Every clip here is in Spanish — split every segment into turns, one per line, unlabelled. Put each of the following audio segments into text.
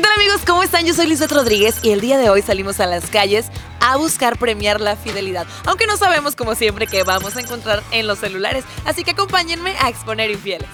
tal amigos? ¿Cómo están? Yo soy Lisbeth Rodríguez y el día de hoy salimos a las calles a buscar premiar la fidelidad, aunque no sabemos como siempre qué vamos a encontrar en los celulares, así que acompáñenme a exponer infieles.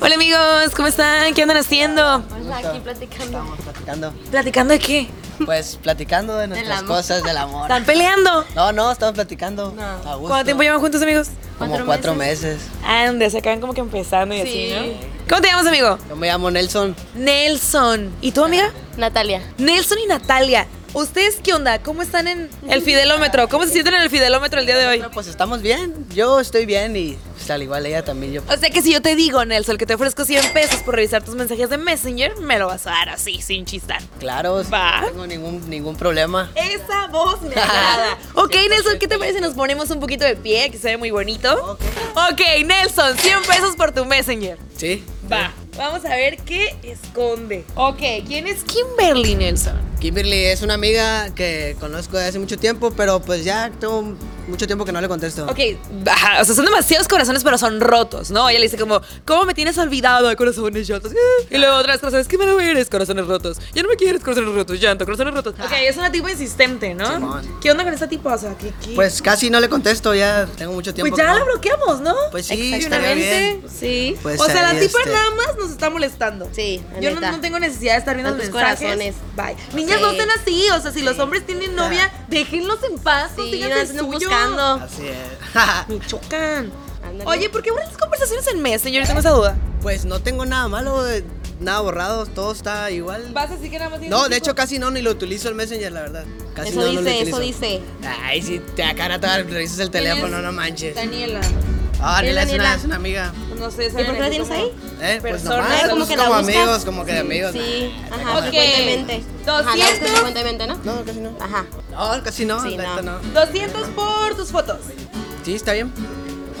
Hola amigos, ¿cómo están? ¿Qué andan haciendo?
Hola, aquí platicando.
Estamos platicando.
¿Platicando de qué?
Pues platicando de nuestras
amor.
cosas, del amor.
¿Están peleando?
No, no, estamos platicando. A gusto.
¿Cuánto tiempo llevan juntos amigos?
Como
¿Cuatro
cuatro, meses?
Ande, se acaban como que empezando y
Sí.
así, ¿no? ¿Cómo te llamas amigo?
Yo me llamo Nelson.
Nelson. ¿Y tú amiga?
Natalia.
Nelson y Natalia. ¿Ustedes qué onda? ¿Cómo están en el fidelómetro? ¿Cómo se sienten en el fidelómetro el día de hoy?
Bueno, pues estamos bien. Yo estoy bien y pues, al igual ella también. Yo
O sea que si yo te digo, Nelson, que te ofrezco 100 pesos por revisar tus mensajes de Messenger, me lo vas a dar así, sin chistar.
claro, sí,
Va.
no tengo ningún ningún problema.
Esa voz me agrada. ok, Nelson, ¿qué te parece? Nos ponemos un poquito de pie, que se ve muy bonito.
Ok.
Ok, Nelson, 100 pesos por tu Messenger.
Sí.
Va. Vamos a ver qué esconde. Ok, ¿quién es Kimberly Nelson?
Kimberly es una amiga que conozco de hace mucho tiempo, pero pues ya tengo mucho tiempo que no le contesto.
Ok, ajá, o sea, son demasiados corazones, pero son rotos, ¿no? Ella le dice como, ¿cómo me tienes olvidado de corazones rotos? Ah, Y luego otras corazones, ¿qué me lo eres, corazones rotos? Ya no me quieres, corazones rotos, llanto, corazones rotos. Ok, es una tipo insistente, ¿no?
Simón.
¿Qué onda con esta tipo? O sea, ¿qué, qué?
Pues casi no le contesto, ya tengo mucho tiempo.
Pues
que
ya
no.
la bloqueamos, ¿no?
Pues sí, estaría
Exactamente.
bien.
Sí.
Pues
o sea, la
ahí,
tipa
este-
nada más nos está molestando.
Sí, la
Yo no,
neta.
no tengo necesidad de estar viendo los
Tantos
mensajes.
corazones.
Bye. Niñas, no
Sí.
sean así. O sea, si los hombres tienen novia, déjenlos en paz. no
Sí,
sigan
no
el
anden
suyo.
buscando.
Así es.
Me chocan.
Ándale.
Oye, ¿por qué borras las conversaciones en Messenger? Tengo esa duda.
pues no tengo nada malo, eh, nada borrado, todo está igual.
Vas así que nada más tienes
No,
un
de
tipo.
hecho casi no, ni lo utilizo el Messenger, la verdad. Casi
Eso
no, no lo
dice, eso
utilizo.
dice.
Ay, si te acá te revisas el teléfono, no manches.
Daniela.
Ah,
¿Quién es
Daniela es
Daniela?
una, es una amiga.
No sé,
¿Y por qué la tienes ahí?
Eh, pues
Persona,
nomás,
como
pues,
Ah, que la
como
buscas.
amigos, como que de amigos.
Sí,
nah,
ajá,
nah, nah.
Ok.
frecuentemente. Ajá, la buscas
200.
frecuentemente, ¿no?
No, casi no.
Ajá.
No, casi no,
Sí,
la neta
no.
no.
200 por tus fotos.
Sí, está bien.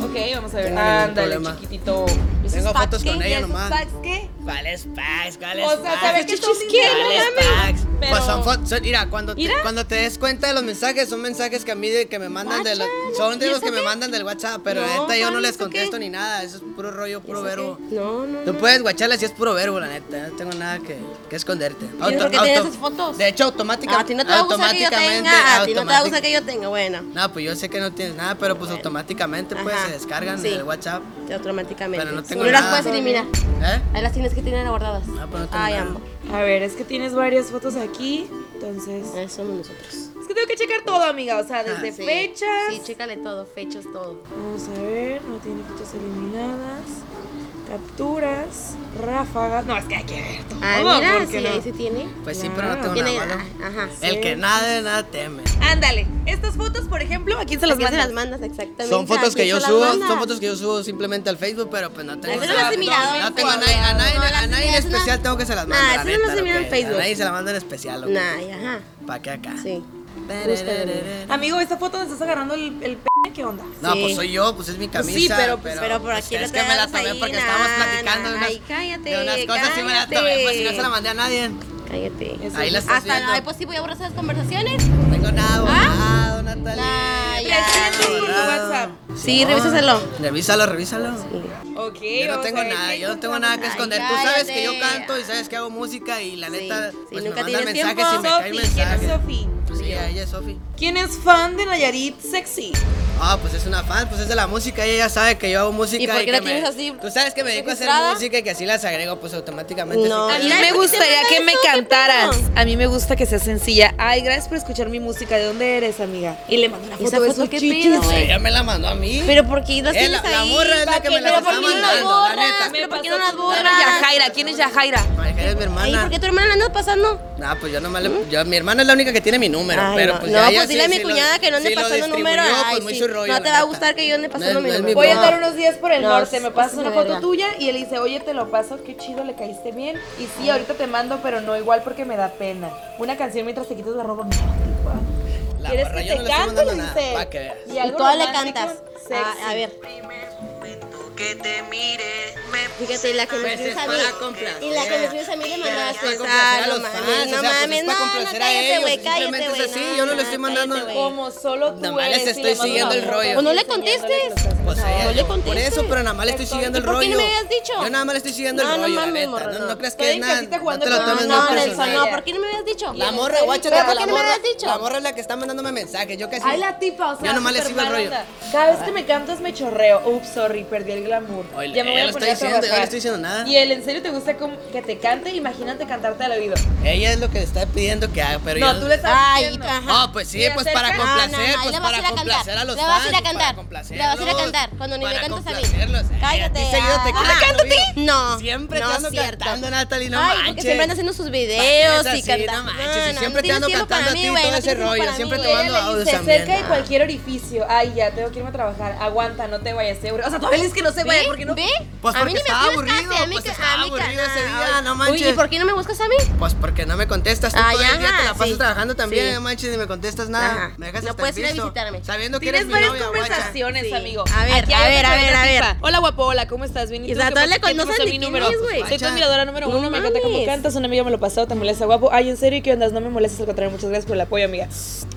Ok, vamos a ver.
Tengo ningún
Ándale,
problema.
chiquitito.
Tengo fotos con ella nomás.
¿Sabes qué?
¿Cuáles packs? ¿Cuáles
O sea, se ve que son
¿Cuáles packs?
Pero-
Pues son fotos. son- Mira, cuando te,
Mira.
cuando te des cuenta de los mensajes, son mensajes que a mí de, que me mandan de los, son de los que me mandan del WhatsApp, pero
No,
neta yo no
Juan,
les
¿eso qué?
contesto ni nada. Eso es puro rollo, puro verbo.
No, no.
Tú puedes guacharla si es puro verbo, la neta. No tengo nada que, que esconderte.
por qué tienes esas fotos? Ah,
De hecho, automáticamente.
A ti no te va a gustar que yo tenga. A ti no te va a gustar que yo tenga. Bueno,
No, pues yo sé que no tienes nada, pero pues automáticamente pues
Ajá.
se descargan
Sí.
del WhatsApp.
automáticamente.
Pero no tengo
Tú las
nada.
puedes eliminar.
¿Eh?
Ahí las tienes que tener guardadas.
No, pero no tengo
Ay,
nada.
amor.
A ver, es que tienes varias fotos aquí. Entonces.
Eso somos nosotros.
Es que tengo que checar todo, amiga. O sea, desde
Ah, Sí,
fechas.
Sí, chécale todo, fechas, todo.
Vamos a ver, no tiene fotos eliminadas. Capturas, ráfagas. No, es que hay que ver todo.
Ay, Ah, mira,
porque
sí,
no.
ahí se tiene.
Pues sí,
Claro.
pero no tengo
Tiene,
nada malo.
ah, ajá. Ah,
El que nada de nada teme.
Ándale, estas fotos, por ejemplo, ¿a quién se
¿A
las
quién se las
mandas?
mandas exactamente?
Son fotos que
¿A quién
yo
se las
subo,
mandas?
son fotos que yo subo simplemente al Facebook, pero pues no tengo
Eso no las he mirado en
No tengo a nadie, a
Facebook.
nadie,
No las
a
he
nadie en
mirado, eso no-
especial tengo que se las
Nah,
mando. la
eso no
neta,
las he mirado en
ok.
Facebook.
A nadie se las mando en especial. ok.
Nah, ajá.
¿Para qué acá?
Sí.
Amigo, esta foto donde estás agarrando el, el p ¿qué onda?
No,
Sí.
pues soy yo, pues es mi camisa. pues
sí, pero-
pero por aquí no
es
te
que me la
hagas
tomé
ahí,
porque
na,
estábamos platicando
na,
de unas,
ay, cállate,
de unas cosas y me la tomé, pues si no se la mandé a nadie.
Cállate.
Eso
Ahí
es-
la estás viendo.
Hasta, ay, pues sí, voy a borrar esas conversaciones.
No tengo nada
¿Ah?
borrado, Natalia.
Nah, ya.
Presente por tu
borrado.
WhatsApp.
Sí, revísaselo.
Revísalo, revísalo.
Ok,
Yo no
vamos
tengo
a ver,
nada,
¿qué
yo no tengo nada que
Ay,
esconder. Tú sabes
cállate.
que yo canto y sabes que hago música y la neta,
sí,
pues me
nunca
mandan
tienes
mensajes
tiempo.
y
Sofi, ¿quién
me caen
es
mensajes.
Sofi?
Pues sí, ella es Sofi.
¿Quién es fan de Nayarit Sexy?
Ah, pues es una fan, pues es de la música, ella ya sabe que yo hago música.
¿Y por qué
que
la tienes
me-
así
Tú sabes que me dedico a hacer
registrada?
música y que así las agrego, pues automáticamente.
No.
sí.
A mí
Ay,
me
¿por qué te
gustaría
mandas
que me
eso? ¿Qué
cantaras.
pedo?
A mí me gusta que seas sencilla. Ay, gracias por escuchar mi música. ¿De dónde eres, amiga? Y le mando una
¿Y
foto
esa
de
foto
sus
qué
chichis.
pedo, güey?
pues, Ella me la mandó a mí.
Pero ¿por qué las
Eh,
tienes
la- la
ahí?
morra es la
¿Para
que
qué?
me las
¿Pero por
está
qué no las
mandando, la
borras?
neta.
¿Pero por qué no
pasó
las
tu-
borras?
Yajaira, ¿quién es Yajaira?
María es mi
Ay,
hermana.
¿por qué tu hermana la andas pasando?
Nah, pues yo nomás le, yo- mi hermana es la única que tiene mi número,
Ay,
pero
no.
pues
No,
ya
pues
ella
dile a mi
lo-
cuñada que no ande
sí lo
pasando
distribuyó,
número.
pues,
Ay,
muy
sí.
su rollo,
No
la
te va a
neta.
gustar que yo ande
No
pasando
es-
mi
no es
número.
Voy
mi
a
No.
andar unos días por el
No,
norte, me
sí,
pasas
sí,
una
de
foto
verdad.
tuya y él dice, oye, te lo paso, qué chido, le caíste bien. Y sí, ahorita te mando, pero no igual porque me da pena. Una canción mientras te quitas la ropa. No, tipa.
La
¿Quieres
morra,
que
yo
te
no le estoy
cante?
mandando
Le
nada,
dice.
pa' que veas.
Y
algo
todas le
romántico,
cantas. Ah,
sexy.
A, a ver. Fíjate, la que me
Pues es
escribes a mí.
para complacer.
Y la que me escribes a mí le mandaste.
Para complacer
Ah,
a
no
los
mames,
fans,
no
o sea, pues
mames,
es
no,
para
no,
complacer a
cállate,
ellos,
güey,
simplemente
cállate,
es
güey.
así,
no,
yo no
no,
le estoy
cállate,
mandando-
güey.
Como solo tú
Nomás les
eres,
estoy
y le mando
siguiendo
una
el
foto.
rollo.
O no le contestes.
Pues ella,
No le
yo, por
contestes.
eso, pero nada más le estoy
Te
siguiendo el
con- ¿Por
rollo.
qué no me habías dicho?
Yo nada más le estoy siguiendo
No,
el
no
rollo, la
mames,
neta.
morro,
No, no
no.
creas
Estoy
que
en
es nada.
casita
No
jugando
te lo
con-
tomes
no,
muy
Nelson,
personal.
no,
¿por qué no me habías dicho?
La
Bien,
morra,
estoy
guacha,
diciendo,
la,
¿por qué no me
morra,
habías dicho?
la morra es la que está mandándome mensaje, yo casi...
Ay, la tipa, o sea,
Yo nomás le
Ah, súper
sigo el
mala
rollo.
onda. Cada vez que me cantas me chorreo. Ups, sorry, perdí el glamour.
Oye,
ya me voy
ella
a
lo
poner
está diciendo,
a
yo no le
trabajar.
estoy diciendo nada.
Y él, ¿en serio te gusta como que te cante? Imagínate cantarte al oído.
Ella es lo que está pidiendo que haga, pero
No,
yo...
tú le estás
Ay,
diciendo.
ajá.
No, pues sí,
¿Le
pues para
acercas?
No, no,
complacer,
no, ahí
pues
la vas a ir
para
a cantar.
complacer a los
La vas a ir a
fans, para
cantar.
complacerlos,
La vas a ir a cantar, cuando ni me
para
cantas a mí.
complacerlos. Ay,
Cállate,
A ti seguido te
ah.
canto,
¿Te canto a ti?
bien.
No,
Siempre
no
te
es
ando
cierto.
cantando, Natalie, no
Ay,
manches.
porque siempre andan haciendo sus
Para
videos
que
y
seas así,
cantando.
no manches, y siempre te
tienes
ando
tiempo
cantando
para
a
mí,
ti
güey,
todo
no
ese
tienes tiempo
rollo,
para
siempre
mí,
te
güey.
mando audios
Se
también.
acerca de cualquier orificio. Ay, ya tengo que irme a trabajar. Aguanta, no te vayas seguro. O sea, todavía es que no se vaya porque no.
¿Ve?
Pues
a mí ni
porque
me
estaba
buscas,
aburrido,
a mí
pues
que-
estaba
a mí que-
aburrido ese
ah,
día, no
uy,
manches.
¿y por qué no me buscas a mí?
Pues porque no me contestas, tú
Ay,
todo el día
ajá,
te la pasas
sí.
trabajando también,
Sí.
no manches, ni me contestas nada.
Ajá.
Me dejas
No
hasta
puedes
en
ir a
visto,
visitarme.
Sabiendo que eres
Tienes
mi
varias
novia, guacha.
conversaciones,
Sí.
amigo.
A ver,
Aquí hay
a ver,
otra
a ver, a
tipa.
ver.
Hola, guapo, hola, ¿cómo estás? Bien,
Y
tú?
esa
¿Qué
tabla
pasó?
con-
¿Quién
no
te
saben
pasó
ni
mi
quién
número?
es, güey.
Soy tu
Guacha.
admiradora número
No
uno, me encanta cómo
mames.
cantas, una amiga me lo pasó, te molesta, guapo. Ay, en serio, ¿y ¿qué andas? No me molestas, al contrario, muchas gracias por el apoyo, amiga.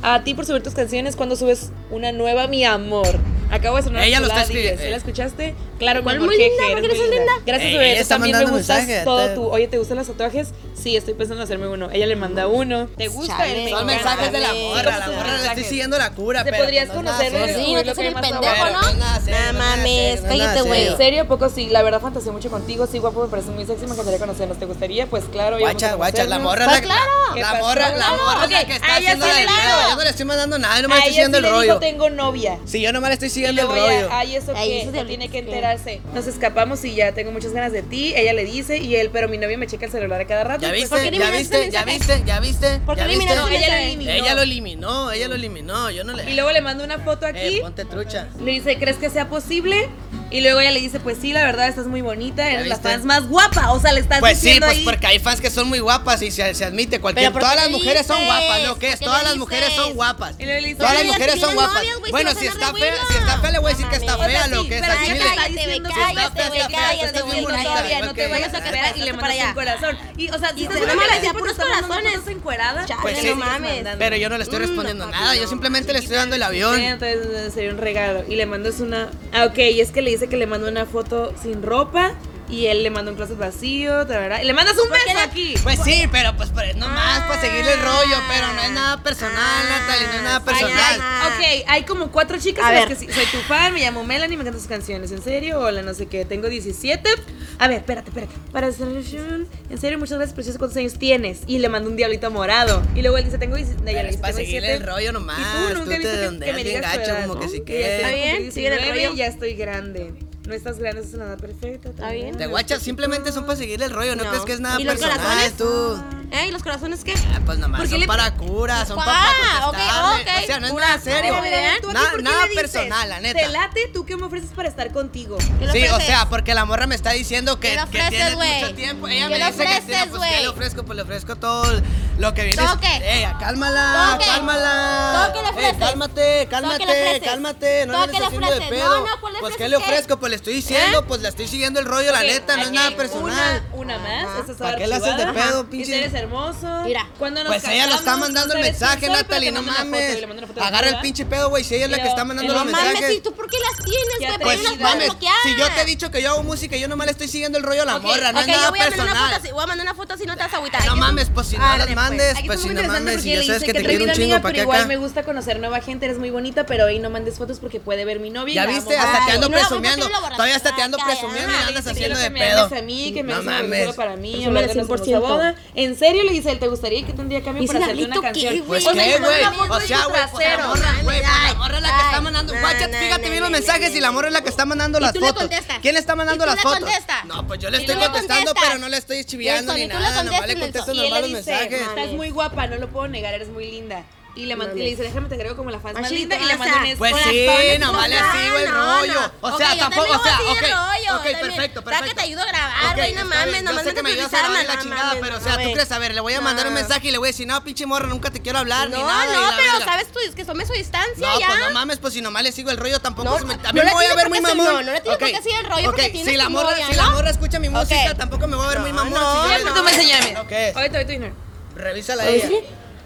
A ti por subir tus canciones, cuando subes una nueva, mi amor? Acabo de sonar
Ella lo
chulada,
está
DJ,
escribiendo,
¿Sí
eh.
la escuchaste? Claro, mi
¿Cuál
amor,
muy
jeje,
linda?
eres
¿Por qué
muy
eres tan
linda.
linda?
Gracias
Ey,
por
Eh, ella
eso,
está
también me
mandando
gustas
mensaje,
todo
te-
tu... Oye, ¿te gustan los tatuajes? Sí, estoy pensando en hacerme uno. Ella le manda uno. ¿Te gusta?
Chale,
Él me
Son
encanta.
mensajes de la
Dale.
morra, la morra
Son
le estoy
mensajes.
siguiendo la cura,
Te
pero
podrías
pues no es nada
conocerlo.
serio.
Sí, no te haces el pendejo,
Pero
¿no?
es nada serio,
Nah,
es
mames,
nada serio, no es nada
cállate, güey.
serio.
En serio, poco sí. La verdad, fantaseo mucho contigo. Sí, guapo, me parece muy sexy. Me encantaría conocernos. ¿Te gustaría? Pues claro. ya vamos
Guacha,
a
guacha, la
conocernos.
morra
Pues
la,
claro.
¿Qué
la
pasó?
morra, la
Claro.
morra es la
Ok,
que
a
está
ella
haciendo
sí
la
le
del
digo.
pedo, Yo no le estoy mandando nada, yo no
A
me estoy
ella sí
siguiendo el
le
rollo.
dijo, tengo novia.
Si yo no me le estoy
Y
siguiendo el
luego ya,
rollo.
ay, eso
Ay,
que
eso
no
te-
tiene que
sí.
enterarse. Nos escapamos y ya tengo muchas ganas de ti. Ella le dice y él, pero mi novio me checa el celular a cada rato.
¿Ya
Pues,
¿por
viste?
qué
¿Ya
eliminaste
viste?
el
¿Ya
mensaje?
viste? ¿Ya viste?
¿Por qué
¿Ya viste?
eliminaste
No,
el
ella lo
mensaje?
eliminó.
Ella lo eliminó, ella lo eliminó, yo no le...
Y luego le mando una foto aquí.
Eh, ponte trucha.
Le dice, ¿crees que sea posible? Y luego ella le dice, pues sí, la verdad, estás muy bonita, eres la
viste?
fans más guapa. O sea, le estás
Pues sí,
diciendo
pues
ahí.
porque hay fans que son muy guapas y se, se admite
Pero,
cualquier.
¿por
Todas
qué
las
le
mujeres son
dices?
guapas, ¿no? ¿Qué es?
¿Por qué
Todas
le
las mujeres
dices?
son guapas.
Y luego le dice,
Todas las
"Oye,
mujeres
si
son
tienes
guapas.
novias, güey,
Bueno,
si
si
vas a
está
andar de
fea,
buena.
si está fea le voy a decir que está
O sea,
fea,
sí,
lo que es
pero
al
ya
chile.
está
cállate,
diciendo
güey,
que está
cállate,
fea,
güey,
está fea,
cállate,
estás
güey,
bien
no
bonita,
todavía,
no
ok.
te vayas a
Bueno,
esperar y le
vete
mandas
para
un corazón. Y o sea, pues,
Y
si estás
se
viendo
llama
que
la
la
de puros
puros corazones,
corazones.
estás encuerada.
Chale,
Pues
¿qué
sí.
le sigues
no mames.
mandando?
Pero yo no le estoy
Mm, no,
respondiendo
papi,
nada, yo
no.
simplemente le estoy dando el
Sí,
avión.
entonces sería un regalo. Y le mandas una. Ah, ok, y es que le dice que le manda una foto sin ropa. Y él le manda un closet vacío. tarara, y le mandas un beso aquí.
Pues sí, pero pues por- nomás
Ah.
para seguirle el rollo, pero no es nada personal,
Ah.
Natalie, no es nada
Ay,
Ay,
personal.
Ah.
Ok, hay como cuatro chicas
A
a las
ver.
que sí- soy tu fan, me llamo Melanie, me encantan sus canciones. ¿En serio? Hola, no sé qué, tengo 17. A ver, espérate, espérate. Para hacer- en serio, muchas gracias, precioso, ¿cuántos años tienes? Y le mando un diablito morado. Y luego él dice, tengo 17.
Pero es para seguirle el rollo nomás.
Y tú nunca viste que,
Ah, donde
que me digas tu
gacho,
edad,
como que
¿no?
sí
Y ella
que.
dice,
Está bien,
"Cumplí
sigue el
19,
rollo.
Ya estoy grande. No estás grande, esa es la edad perfecta.
Está bien.
Te guachas, simplemente son para seguirle el rollo, no,
No.
crees que es nada
¿Y los
personal,
corazones?
tú.
¿Eh? ¿Y los corazones qué?
Ah, Pues nomás
¿Por qué
son
le-
para cura, son
Ah,
para
ok,
contestarle.
ok.
O sea, no es
Cura,
nada serio.
cura, ¿verdad?
¿eh? ¿Tú a ti
Na-
por qué
nada
le dices?
personal, la neta.
Te late, ¿tú qué me ofreces para estar contigo?
¿Qué le
Sí, o
ofreces?
sea, porque la morra me está diciendo que,
¿Qué le
que
ofreces,
tiene
güey?
mucho tiempo. Ella
¿Qué
me
le
dice que tiene,
ofreces,
pues ¿qué
güey?
le ofrezco? Pues le ofrezco todo lo que viene.
¿Todo qué?
Ella, cálmala,
¿Todo qué?
cálmala.
¿Todo qué le
Ey,
ofreces?
cálmate,
¿Todo qué le
cálmate,
ofreces?
cálmate. No
¿Todo
le
qué le
estés haciendo de
ofreces?
pedo.
No, no, ¿cuál le
pues ¿qué
ofreces
le
qué?
ofrezco? Pues le estoy diciendo, pues le estoy siguiendo el rollo, la
Ok,
neta, no es
aquí
nada
hay
personal.
Una, una más, esta
¿Para
es Sara
qué le haces de
Chivada.
pedo,
Ajá.
pinche?
Y Tú eres hermoso.
Mira.
Cuando nos
Pues ella lo está
casamos,
mandando
tú
el
eres
mensaje,
sensual, pero
Natalie,
te
no
mando una foto y
mames.
le mando una foto de
Agarra el
arriba.
pinche pedo, güey, si ella es la
Y
que
luego,
está mandando
no
los
No mames,
mensajes.
¿y tú por qué las tienes,
Ya
güey?
te
¿Por qué
dije.
no las
Pues
puedes
mames,
bloquear?
si yo te he dicho que yo hago música, yo nomás le estoy siguiendo el rollo a la
Ok,
morra, no
ok,
es
yo
nada
voy a mandar una foto
personal.
así, voy a mandar una foto así, no te vas a agüitar.
No
Yo-
mames, pues si no
Arre,
las
pues.
mandes,
Aquí
pues si
está muy
no
interesante
mandes,
porque
si ya
le
sabes
dice
que te
"Soy
quiero
una
un chingo,
amiga,
¿para qué
pero igual me
acá?
gusta conocer nueva gente, eres muy bonita, pero ahí no mandes fotos porque puede ver mi novia. y
Ya
la
viste,
amo".
hasta te
Ay,
ando
no, ¿por qué
presumiendo,
no lo borraste?
todavía hasta te ando
Ay,
presumiendo y
Ah,
ay,
andas
ay,
haciendo
Quiero
de
que me ames
pedo.
a mí, que me
No
hagas un
mames.
regalo para mí,
Eso
hablar de
merece un
nuestra
por ciento.
boda. En serio le dice él, ¿te gustaría que un día cambie
¿Y
para
ese
hacerte una
diablito qué,
canción?
güey?
Pues
O sea,
qué,
le manda
güey.
una foto
O
de
sea,
su
güey, pues la
trasero.
morra, güey, pues la
Ay,
morra es la que está
ay,
mandando.
na,
Guacha,
na,
fíjate
na,
bien
na,
los
na,
mensajes
na,
y la
na.
morra es la que está mandando
¿Y
las
tú le
fotos.
contestas?
¿Quién le está mandando
¿Y tú
las
le
fotos?
contestas?
No, pues yo le
¿Y
estoy
tú le
contestando,
contestas?
pero no le estoy chiviando
Nelson,
ni
¿y tú le
nada, nomás le
contestas,
contesto
Nelson?
Y él
normal
le
los
dice,
mensajes.
estás muy guapa, no lo puedo negar, eres muy linda. Y le, man- y le dice, déjame te agrego como la fan más
Así
linda.
te
Y le
vas
manda
a-
un es-
Pues
hola,
sí,
fan.
nomás le
No,
sigo el
no, no.
rollo. O
Ok,
sea,
yo
tampoco,
también
o sea,
voy a
ok.
seguir el rollo,
ok,
también.
perfecto, perfecto.
Está que te ayudo a grabar,
Ok,
güey, no
está
mames,
bien. Yo
nomás
sé que
no
me
te
ayudas a grabar
avisaron,
la
no
chingada,
mames,
pero o
no,
sea, tú
güey.
crees, a ver, le voy a mandar un
No.
mensaje y le voy a decir, no, pinche morra, nunca te quiero hablar ni
No,
nada. y
no,
la
pero
verga.
sabes tú, es que tomes su distancia
No,
ya.
pues no mames, pues si nomás le sigo el rollo tampoco
No,
se me...
no
A mí
le
me voy
tienes
a ver
por
muy
qué hacer-
mamón.
no, no le tienes por qué
Ok,
hacer el rollo
ok,
porque tienes
si la
tu
morra,
novia,
Si la
¿no?
morra escucha mi música,
Ok.
tampoco me voy a ver muy
No,
mamón.
no,
si yo-
Siempre tú me enseñame.
Ok.
Ahorita, ahorita, ahorita.
Revísala ella.
Oye.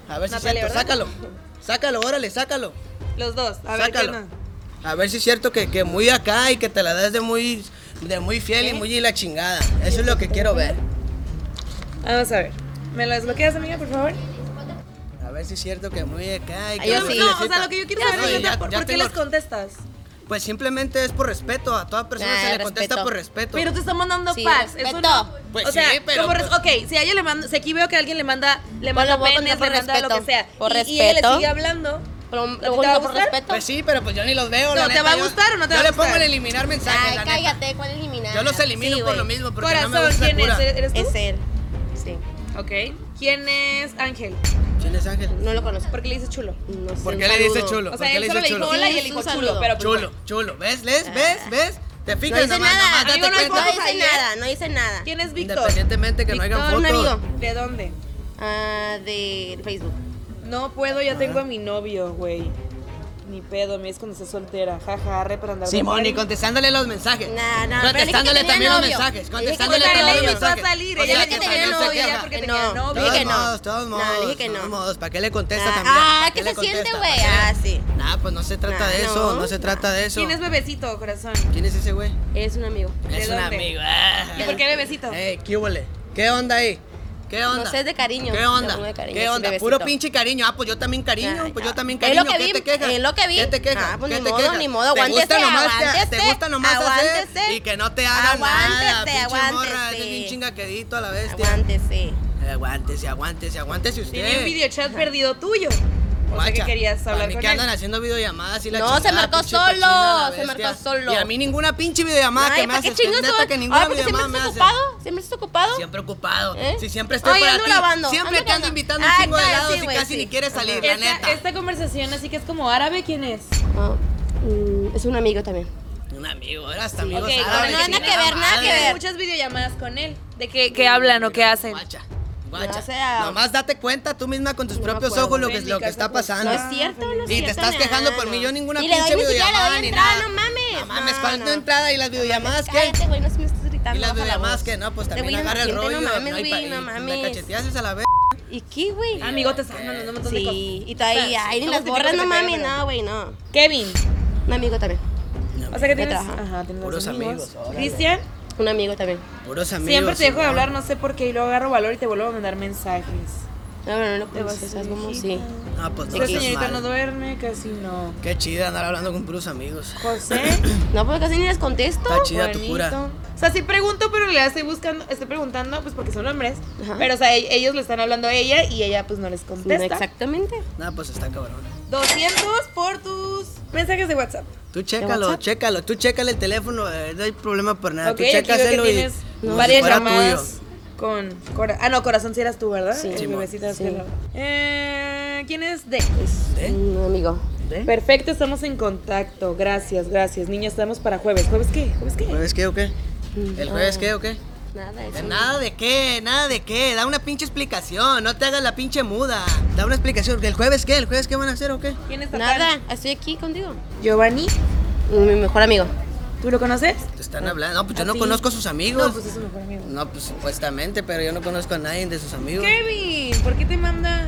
A ver si es
Natalia,
cierto,
¿verdad?
sácalo. Sácalo, órale, sácalo.
Los dos. A ver, ¿qué
Sácalo.
onda?
A ver si es cierto que, que muy acá y que te la das de muy, de muy fiel y muy y la chingada. Eso es lo que quiero ver.
Vamos a ver. ¿Me lo desbloqueas, amiga, por favor?
A ver si es cierto que muy acá y
Ah,
que
yo
muy
sí.
No, o
filecita.
sea, lo que yo quiero
Ya
saber
sí,
es
ya-
¿por,
ya
por qué
tengo-
les contestas?
Pues simplemente es por respeto. A toda persona
Ah,
se le
respeto.
contesta por respeto.
Pero te están mandando
Sí,
packs. Eso
respeto.
no.
Pues
o sea,
sí, pero
como res-
pues-
ok, si a ella le manda, si aquí veo que alguien le manda, le
Pues
manda
lo voy a
penes,
contestar
le
por
manda lo que
respeto.
sea.
Por
y, y ella le
respeto.
sigue hablando.
Pero
¿Te
lo
va a
único por
gustar?
respeto.
Pues sí, pero pues yo ni los veo.
No,
la
¿te
neta,
va a
yo-
gustar o no te va a
Yo le
gustar?
pongo el eliminar mensaje.
Ay,
la neta.
cállate, ¿cuál eliminar?
Yo los elimino
Sí,
por
güey.
lo mismo. Porque
Corazón,
no me gusta
¿quién
el
es?
cura.
¿Eres tú?
Es él. Sí.
Ok. ¿Quién es Ángel?
¿Quién es Ángel?
No lo conozco.
Porque le dice chulo.
No sé,
¿Por
un
qué le dice
saludo.
chulo?
O
¿Por
sea,
qué
él
le
solo
dice
le dijo
chulo?
hola y
Sí,
él
es
dijo
un
chulo.
saludo.
Pero pues,
Chulo, chulo. ¿Ves? ¿Les? ¿Ves? ¿Ves? Te
Ah. No
fijas
dice
nomás,
nada.
nomás
Amigo,
date
no dice
cuenta.
fotos ahí,
nada. No dice nada.
¿Quién es Víctor?
Independientemente que no
Víctor,
hagan
un
fotos.
amigo.
¿De dónde?
Ah, de Facebook.
No puedo, ya tengo a mi novio, güey. Ni pedo, me es cuando esté soltera. Jaja, re para andar. de
Simón,
party.
y contestándole los mensajes.
Nah, nah, pero
contestándole
dije que
también los
tenía novio.
mensajes.
Dije que
Contestándole
Pero
también
ella
los
le invitó a
mensajes.
salir.
O
Ella
sea,
dije
le dijo
que
que
también
tenía
se
no,
novia,
ya
queja.
porque
Eh, No,
tenía
dije
novio.
Todos
que no.
modos, todos
Nah,
modos.
dije que no.
todos modos, ¿Para qué le contesta
Ah,
también?
ah,
¿Para
¿qué
le
se siente,
contesta?
güey?
¿Para
Ah,
qué?
sí.
Nah, pues no se trata
Nah,
de eso, no,
no.
se trata de eso.
¿Quién es bebecito, corazón?
¿Quién es ese güey?
Es un amigo.
¿De
Es un
dónde?
amigo. Ah.
¿Y
Ah.
por qué bebecito?
Ey, ¿qué húbole? ¿Qué onda ahí? ¿Qué onda?
No sé, es de cariño.
¿Qué
Le pongo
onda?
de cariño,
¿Qué
sí,
onda?
bebecito.
Puro pinche cariño. Ah, pues yo también cariño,
Ay,
pues
no.
yo también
Es
cariño.
lo que
¿Qué
vi,
te quejas?
es lo que vi.
¿Qué te quejas?
Ah, pues
¿Qué
ni
te
modo,
quejas?
ni modo,
¿Te gusta
aguántese,
nomás te- te
aguántese,
gusta nomás hacer
aguántese.
y que no te hagan nada.
Aguántese,
Pinche morra,
aguántese.
eres bien chingaquedito a la bestia.
Aguántese.
Eh, Aguántese, aguántese, aguántese usted.
Tiene un videochat perdido tuyo. O sea
Guacha,
que querías
pa'
hablar
mí
con
que andan
él.
haciendo videollamadas y la
No,
chingada,
se marcó
pinche cochina, la
solo, se
bestia.
marcó solo.
Y a mí ninguna pinche videollamada
Ay,
que me
¿para
hace.
qué chingos
neta
son?
que ninguna
Ay, porque siempre
videollamada me
estás
hace.
ocupado. Siempre estás ocupado.
Siempre ocupado.
¿Eh?
Si siempre estoy
Ay,
para
ando
ti.
grabando,
Siempre
ando
que ando
grabando.
invitando un
Ah,
chingo de
claro,
lados
sí,
y
güey,
casi
sí.
ni quiere salir, la neta.
Esta, esta conversación así que es como árabe, ¿quién es?
Ah, mm, es un amigo también.
Un amigo, eras hasta amigo.
Ok,
árabes,
ahora no,
chingada
nada que
ver, nada que
Tienes
ver.
muchas videollamadas con él. ¿De qué, qué hablan o qué hacen?
Guacha, guacha.
No, o sea-
Nomás date cuenta tú misma con tus
me
propios
acuerdo.
ojos lo
Ven,
que,
mi
lo que
casa,
está
pues.
pasando.
No es cierto, no es cierto.
Y te estás
nada,
quejando por
no.
mí, yo ninguna
Ni le doy
pinche
ni siquiera le doy
videollamada ni
entrada,
nada.
No mames.
No mames,
No,
¿cuál
no.
no entrada y las videollamadas qué?
Cállate, güey, no se me estás gritando.
Y las
baja la
videollamadas
voz.
que no, pues
Te
también
voy
agarra el
inocente,
rollo.
No mames,
hay pa-
güey, no
y
mames.
Me cacheteas a la vez.
¿Y qué, güey?
Amigos, te están mandando un montón de cosas.
Sí, y tú ahí, ay, ni
No
las
justifico
borras,
que
no
te
mames,
caigan, pero-
no, güey, no.
Kevin.
Un amigo también,
O sea que
Vete,
tienes.
ajá.
Ajá, tienes
Puros
dos
amigos, órale.
Cristian,
un amigo también.
Puros amigos.
siempre te dejo de
Simón.
hablar, no sé por qué, y luego agarro valor y te vuelvo a mandar mensajes.
No, bueno, no lo
Te vas
conoces, ¿sabes cómo?
hijita.
Sí.
Ah, pues no,
Esta
pues
señorita
mal.
no duerme, casi no.
Qué chida andar hablando con puros
Ah,
amigos.
José.
No, porque casi ni les contesto.
Está chida tu
Juanito.
cura.
O sea, sí pregunto, pero en realidad estoy buscando, estoy preguntando, pues porque son hombres.
Ajá.
Pero, o sea, e- ellos le están hablando a ella y ella, pues no les
No,
contesta.
exactamente.
Nah, pues está cabrón.
200 por tus mensajes de WhatsApp.
Tú chécalo,
WhatsApp?
chécalo, tú chécale el teléfono, eh, no hay problema por nada.
ok,
tú
aquí veo que
chécaselo y
tienes
como si
varias
fuera
llamadas
tuyo.
con. cora- ah, no, corazón, si eras tú, ¿verdad?
Sí.
El
Simón.
bebecito
Sí.
azul. Eh, ¿Quién es de?
¿Eh?
Un amigo.
¿Eh?
Perfecto, estamos en contacto. Gracias, gracias. Niña, estamos para jueves. ¿Jueves qué? ¿Jueves qué?
¿Jueves qué o qué?
Mm,
¿El jueves qué o qué?
Nada,
De
eso.
Nada de qué, nada de qué. Da una pinche explicación, no te hagas la pinche muda. Da una explicación. ¿El jueves qué? ¿El jueves qué van a hacer o qué?
¿Quién es Tatán?
Nada, estoy aquí contigo.
Giovanni,
Mi mejor amigo.
¿tú lo conoces?
Te están hablando. No, pues yo
¿A
no
ti?
conozco a sus amigos.
No, pues es su mejor amigo.
No, pues supuestamente, pero yo no conozco a nadie de sus amigos.
Kevin, ¿por qué te manda?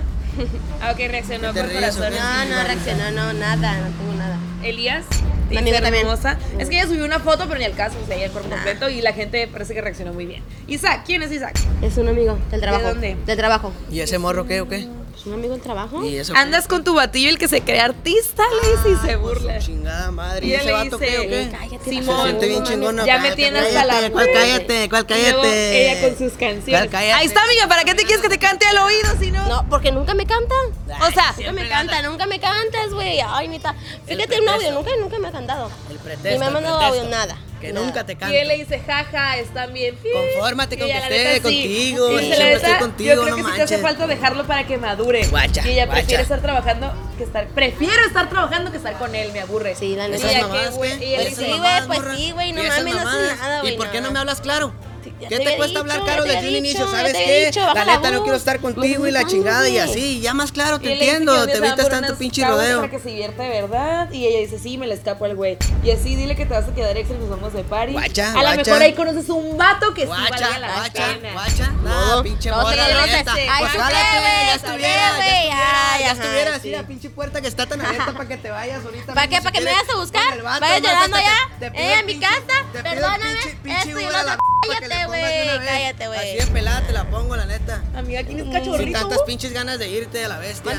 Ah, ok, reaccionó
¿Te
con
ríes o
corazón.
qué?
No, no, reaccionó, no, nada, no tengo nada.
Elías,
Mi
dice
amiga también.
hermosa. Es que
Mm.
ella subió una foto, pero ni al caso, o sea, ella el cuerpo completo y la gente parece que reaccionó muy bien. Isaac, ¿quién es Isaac?
Es un amigo del trabajo.
dónde?
Del trabajo.
¿Y ese morro qué o qué?
¿Es un amigo del trabajo?
¿Y eso qué?
Andas con tu batillo el que se cree artista, le dice ¿Mm? y se
Por su
burla.
Chingada madre.
Y
¿Y
él
ese
le
vato qué o
dice,
qué?
Cállate,
Simón.
Se siente bien
no
chingón.
mames.
¿no?
Ya me
Cállate,
tienes
cállate,
hasta la
¿Cuál
madre.
cállate? ¿Cuál
Y luego
cállate?
ella con sus canciones.
¿Cuál cállate?
Ahí está, amiga, ¿para qué te quieres que te cante al oído si no?
No, porque nunca me canta.
O sea,
Nunca
Siempre
me
le anda.
canta, nunca me cantas, güey. Ay, neta.
El
Fíjate un audio, nunca,
pretexto.
nunca me ha cantado.
El pretexto.
Ni me ha
el
mandado
pretexto.
audio, nada.
Que
nada.
nunca te
y él le
cante.
dice, jaja, están bien.
Confórmate
Y
con que
ella, la
esté
neta, sí.
contigo,
Sí,
y
se
siempre
la
esté
neta,
contigo,
Yo creo
no
que sí te hace
manches.
falta dejarlo para que madure.
Guacha,
y ella prefiere
guacha.
estar trabajando que estar. Prefiero estar trabajando que estar con él, me aburre.
Sí, la
Y
neta.
Esas
ella,
ya
qué
mamadas,
güey.
¿qué?
Y ella
Pues
dice,
sí, güey,
Esas mamadas,
pues
morra.
sí, güey, no
Y esas
mames, no haces
mamadas.
nada, güey,
¿Y por qué
nada.
no me hablas claro?
Ya
¿Qué te,
había
cuesta
dicho,
hablar
ya
caro
te
desde
había
un inicio?
dicho, ya
¿Sabes
te había
qué?
dicho,
la
baja
neta, no
voz. Pues
quiero estar contigo y la chingada y así. Ya más claro,
Y
te
él le dice
entiendo.
que
Te
van
evitas
por
tanto
unas
pinche
chavas
rodeo.
Para que se divierte de verdad. Y ella dice, sí, me la escapo al güey. Y así dile que te vas a quedar extra y nos vamos de party.
Guacha,
a lo
guacha.
mejor ahí conoces un vato que sí valga
Guacha,
la
guacha,
pena.
guacha. No,
No,
pinche
no,
morra,
señor,
la
no
neta.
sé.
Pues
Ay, sí,
jálate,
güey,
ya
sí,
estuviera,
güey,
ya estuviera,
ay,
ya
ajá,
estuviera así
sí.
la pinche puerta que está tan abierta para que te vayas ahorita.
¿Para
mismo,
qué?
si
¿Para que me
quieres,
vayas a buscar?
con el vato,
Vayas
no,
llorando
hasta
ya.
te- te pido
Eh,
el
en mi
pinche-
casa.
te pido el
Perdóname.
pinche- pinche
Esto y
Uber
una
a la
la.
p- para que le
Cállate,
pongas de una
güey.
vez.
Cállate,
Así
güey.
de pelada te la pongo, la neta.
Amiga, ¿quién es
Mm, Sin
cachorrito?
tantas pinches ganas de irte a la bestia.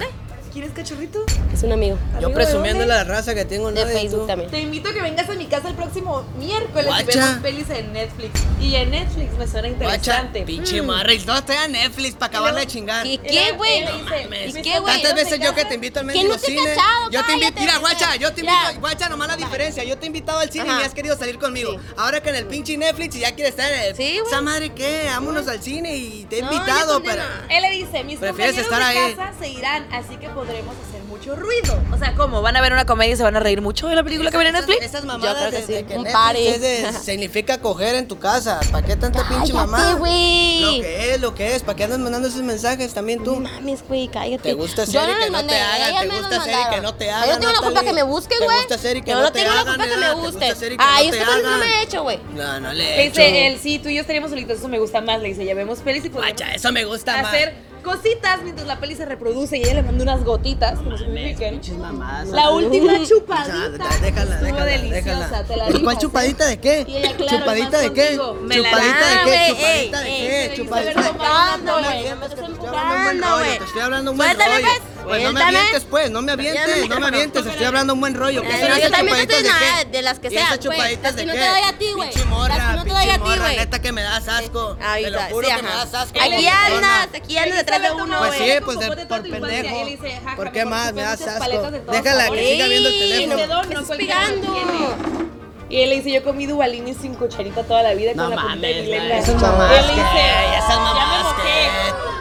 ¿Quién es cachorrito?
Es un amigo.
Amigo,
Yo
¿de
presumiendo
dónde?
la raza que tengo, ¿no?
De
Y tú.
Facebook también.
Te invito a que vengas a mi casa el próximo miércoles y
Guacha.
vemos pelis en Netflix. Y en Netflix me suena
Guacha,
interesante.
pinche marra. Y todo está en Netflix para acabarle de chingar.
Mm. ¿Y qué, güey?
No mames.
¿Y qué, güey?
¿Tantas
Tantas veces yo que te invito al
¿Quién
mendigo
no te ha
cine.
cachado?
Yo te invito,
Cállate,
mira,
güey.
guacha, yo te
Mira.
invito, guacha, nomás la diferencia. Yo te he invitado al cine y
Ajá.
ni has querido salir conmigo. Ahora que en el pinche Netflix y ya quieres estar en el.
Sí, güey.
¿Esa madre qué? Vámonos al cine y te he
No,
invitado,
yo
pero.
condena.
Él le dice, mis
Prefieres
compañeros
estar
de
ahí.
casa se irán, así que podremos hacer mucho ruido. O sea, ¿cómo? ¿Van a ver una comedia y se van a reír mucho de la película que ven en
Esas-
Netflix?
Esas mamadas
creo que
de-
sí.
de que
Un
Netflix
party.
es de- significa coger en tu casa. ¿Para qué tanta
Cállate,
pinche mamada?
güey.
Lo que es, lo que es. ¿Para qué andas mandando esos mensajes también tú?
No mames, güey, cállate.
Te gusta
Yo
Seri
no
que
les
no
mandé.
te hagan,
ellas
te
me
gusta
los
Seri
mandaron.
que no te
Yo
hagan.
no tengo la culpa que me busquen, güey.
Te gusta Seri que
Yo
no,
no
te
tengo la
hagan,
culpa que
nena,
me
te gusta Seri
guste.
que
Ay,
no te
esto que no
hagan.
me he hecho, güey.
No, no le he
Le
hecho.
dice él, sí, tú y yo estaríamos solitos, eso me gusta más. Le dice, ya vemos pelis y podemos
Guacha, eso me gusta más.
hacer cositas mientras la peli se reproduce. Y ella le mandó unas gotitas, que no se publiquen.
mamadas.
La última
Ya,
chupadita
ya, déjala,
estuvo
déjala,
deliciosa,
déjala.
te la
¿Pero
rifas,
¿Cuál
¿eh?
chupadita de qué?
Y ella, claro,
¿Chupadita
más
de qué?
contigo. Me la
¿Chupadita
da,
de qué?
güey,
¿Chupadita
ey,
de qué?
ey,
¿Chupadita de
estoy tomando,
qué? No me
güey, no me
mientas,
estoy
que te estoy hablando un buen
empujando,
rollo,
güey.
te estoy hablando un buen
Suéltame,
rollo.
pues,
Pues no me
suéltame.
avientes, pues, no me
Ya
avientes,
dame
no me
micrófono.
avientes, te estoy hablando un buen rollo. ¿Qué
Pero
serán
yo
esas
también no
chupaditas
estoy
de
nada
qué?
de las que
¿Y esas
sean, güey,
chupaditas
las que
de
no
qué?
te doy a ti, güey.
Pinche morra,
Las que no te doy
pinche
a ti,
morra,
güey.
neta que me das asco.
Ahí
Te lo
está,
juro
sí,
que me
ajá.
das asco.
Aquí
persona.
andas, aquí andas detrás de uno,
Pues sí,
güey.
pues de-
Como de
por
tu infancia,
pendejo.
y le dice, jaja,
¿Por qué
me
más? Me
compré
das
muchas
asco.
paletas de todos
Déjala que
sabores.
siga viendo el
Ey,
Y
teléfono.
este don,
Me
no
estás
cualquiera lo
pegando.
tiene. Y él le dice, yo he comido balines sin cucharita toda la vida con la punta de mi lengua.
esas
Y
mamás
él le dice,
que, y
ya
esas
me
mamás
moqué.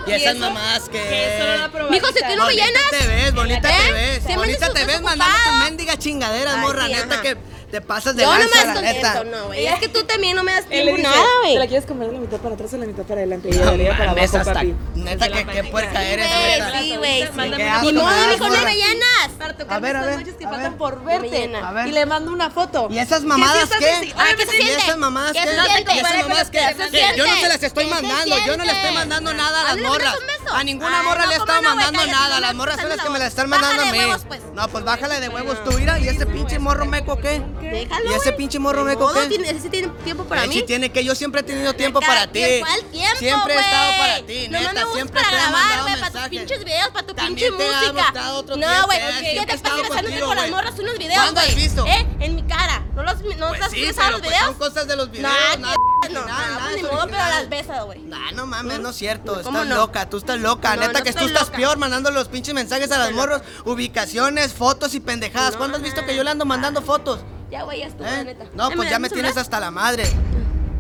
que, y esas
eso-
mamás que.
Que eso era la probadita.
Mijo, si tú no me
Bonita
llenas.
te ves, bonita
¿Eh?
te ves.
Se me
bonita
hace
te
su-
ves mandando
desocupado.
tus mendigas chingaderas,
Ay,
morra.
sí,
neta
ajá.
que te pasas de
Yo no me
lanza, la neta.
desconecto, no, güey. Es que tú también no me das
Él le
tiempo
dice,
nada,
¿te la
güey.
quieres comer de la mitad para atrás o de la mitad para adelante? Y
No
ella le para
mames,
abajo,
hasta-
papi.
Neta que qué puerca eres,
Güey,
neta.
sí, güey, sí.
Qué
Mándame una
asco
Ni
foto.
modo,
me das,
mijo, no
morra.
me llenas.
Para
A
tocarme
ver, a
estas
ver,
noches que
a ver.
faltan por
Me
verte.
llena.
A ver.
Y le mando una foto.
¿Y esas
Que
mamadas
sí estás
qué?
así-
Ah, ¿qué se
¿Y
siente?
esas mamadas
¿Qué
qué?
se siente?
¿Y esas mamás qué?
¿Qué se
Que Yo no se
siente?
las estoy
¿Qué se
mandando, yo no le estoy
siente?
mandando nada a las
Ándale, me
morras.
das un beso.
A ninguna
Ay,
morra
no, pues
le he
¿cómo
estado
no, güey?
mandando
Cállate,
nada,
no
las
me
morras son
estás
las que me las están
bajando
mandando a
la
mí.
voz. Bájale de huevos, pues.
No, pues bájale de huevos tú, mira, y ese pinche morro meco qué?
Déjalo,
¿Y ese
güey.
pinche morro
Ni
meco
modo,
qué?
tiene- ese sí tiene tiempo para
Él
mí.
sí tiene que, yo siempre he tenido tiempo para ti.
¿Cuál tiempo,
Siempre he
güey?
estado para ti,
Nomás
neta,
me buscas
siempre
para
te he
grabar,
mandado
güey, para tus
mensajes.
pinches videos, para tu
También
pinche
te he
música.
dado otro
no,
tiempo,
güey,
eh,
¿qué
siempre he
te
estado
pasas haciendo
contigo,
con las
güey.
morras unos videos,
¿Cuándo has
güey?
visto?
¿Eh? En mi cara. ¿No los no
Pues
estás
sí,
cruzando
pero
los
pues
videos?
son cosas de los videos.
Nah,
nada
qué- no,
original, nada
no,
es
ni modo, pero
original.
las besas, güey.
Nah, Ah, no mames, no es cierto.
¿Cómo
Estás
no?
loca, tú estás loca.
No,
Neta
no
que tú
estoy
estás
loca.
peor mandando los pinches mensajes a las morros, ubicaciones, fotos y pendejadas.
No,
¿Cuándo has visto
nah.
que yo le ando mandando fotos?
Ya, güey, ya estuvo,
¿Eh?
la neta.
No,
Ay,
pues ya
das
me
tu
tienes
celular?
hasta la madre.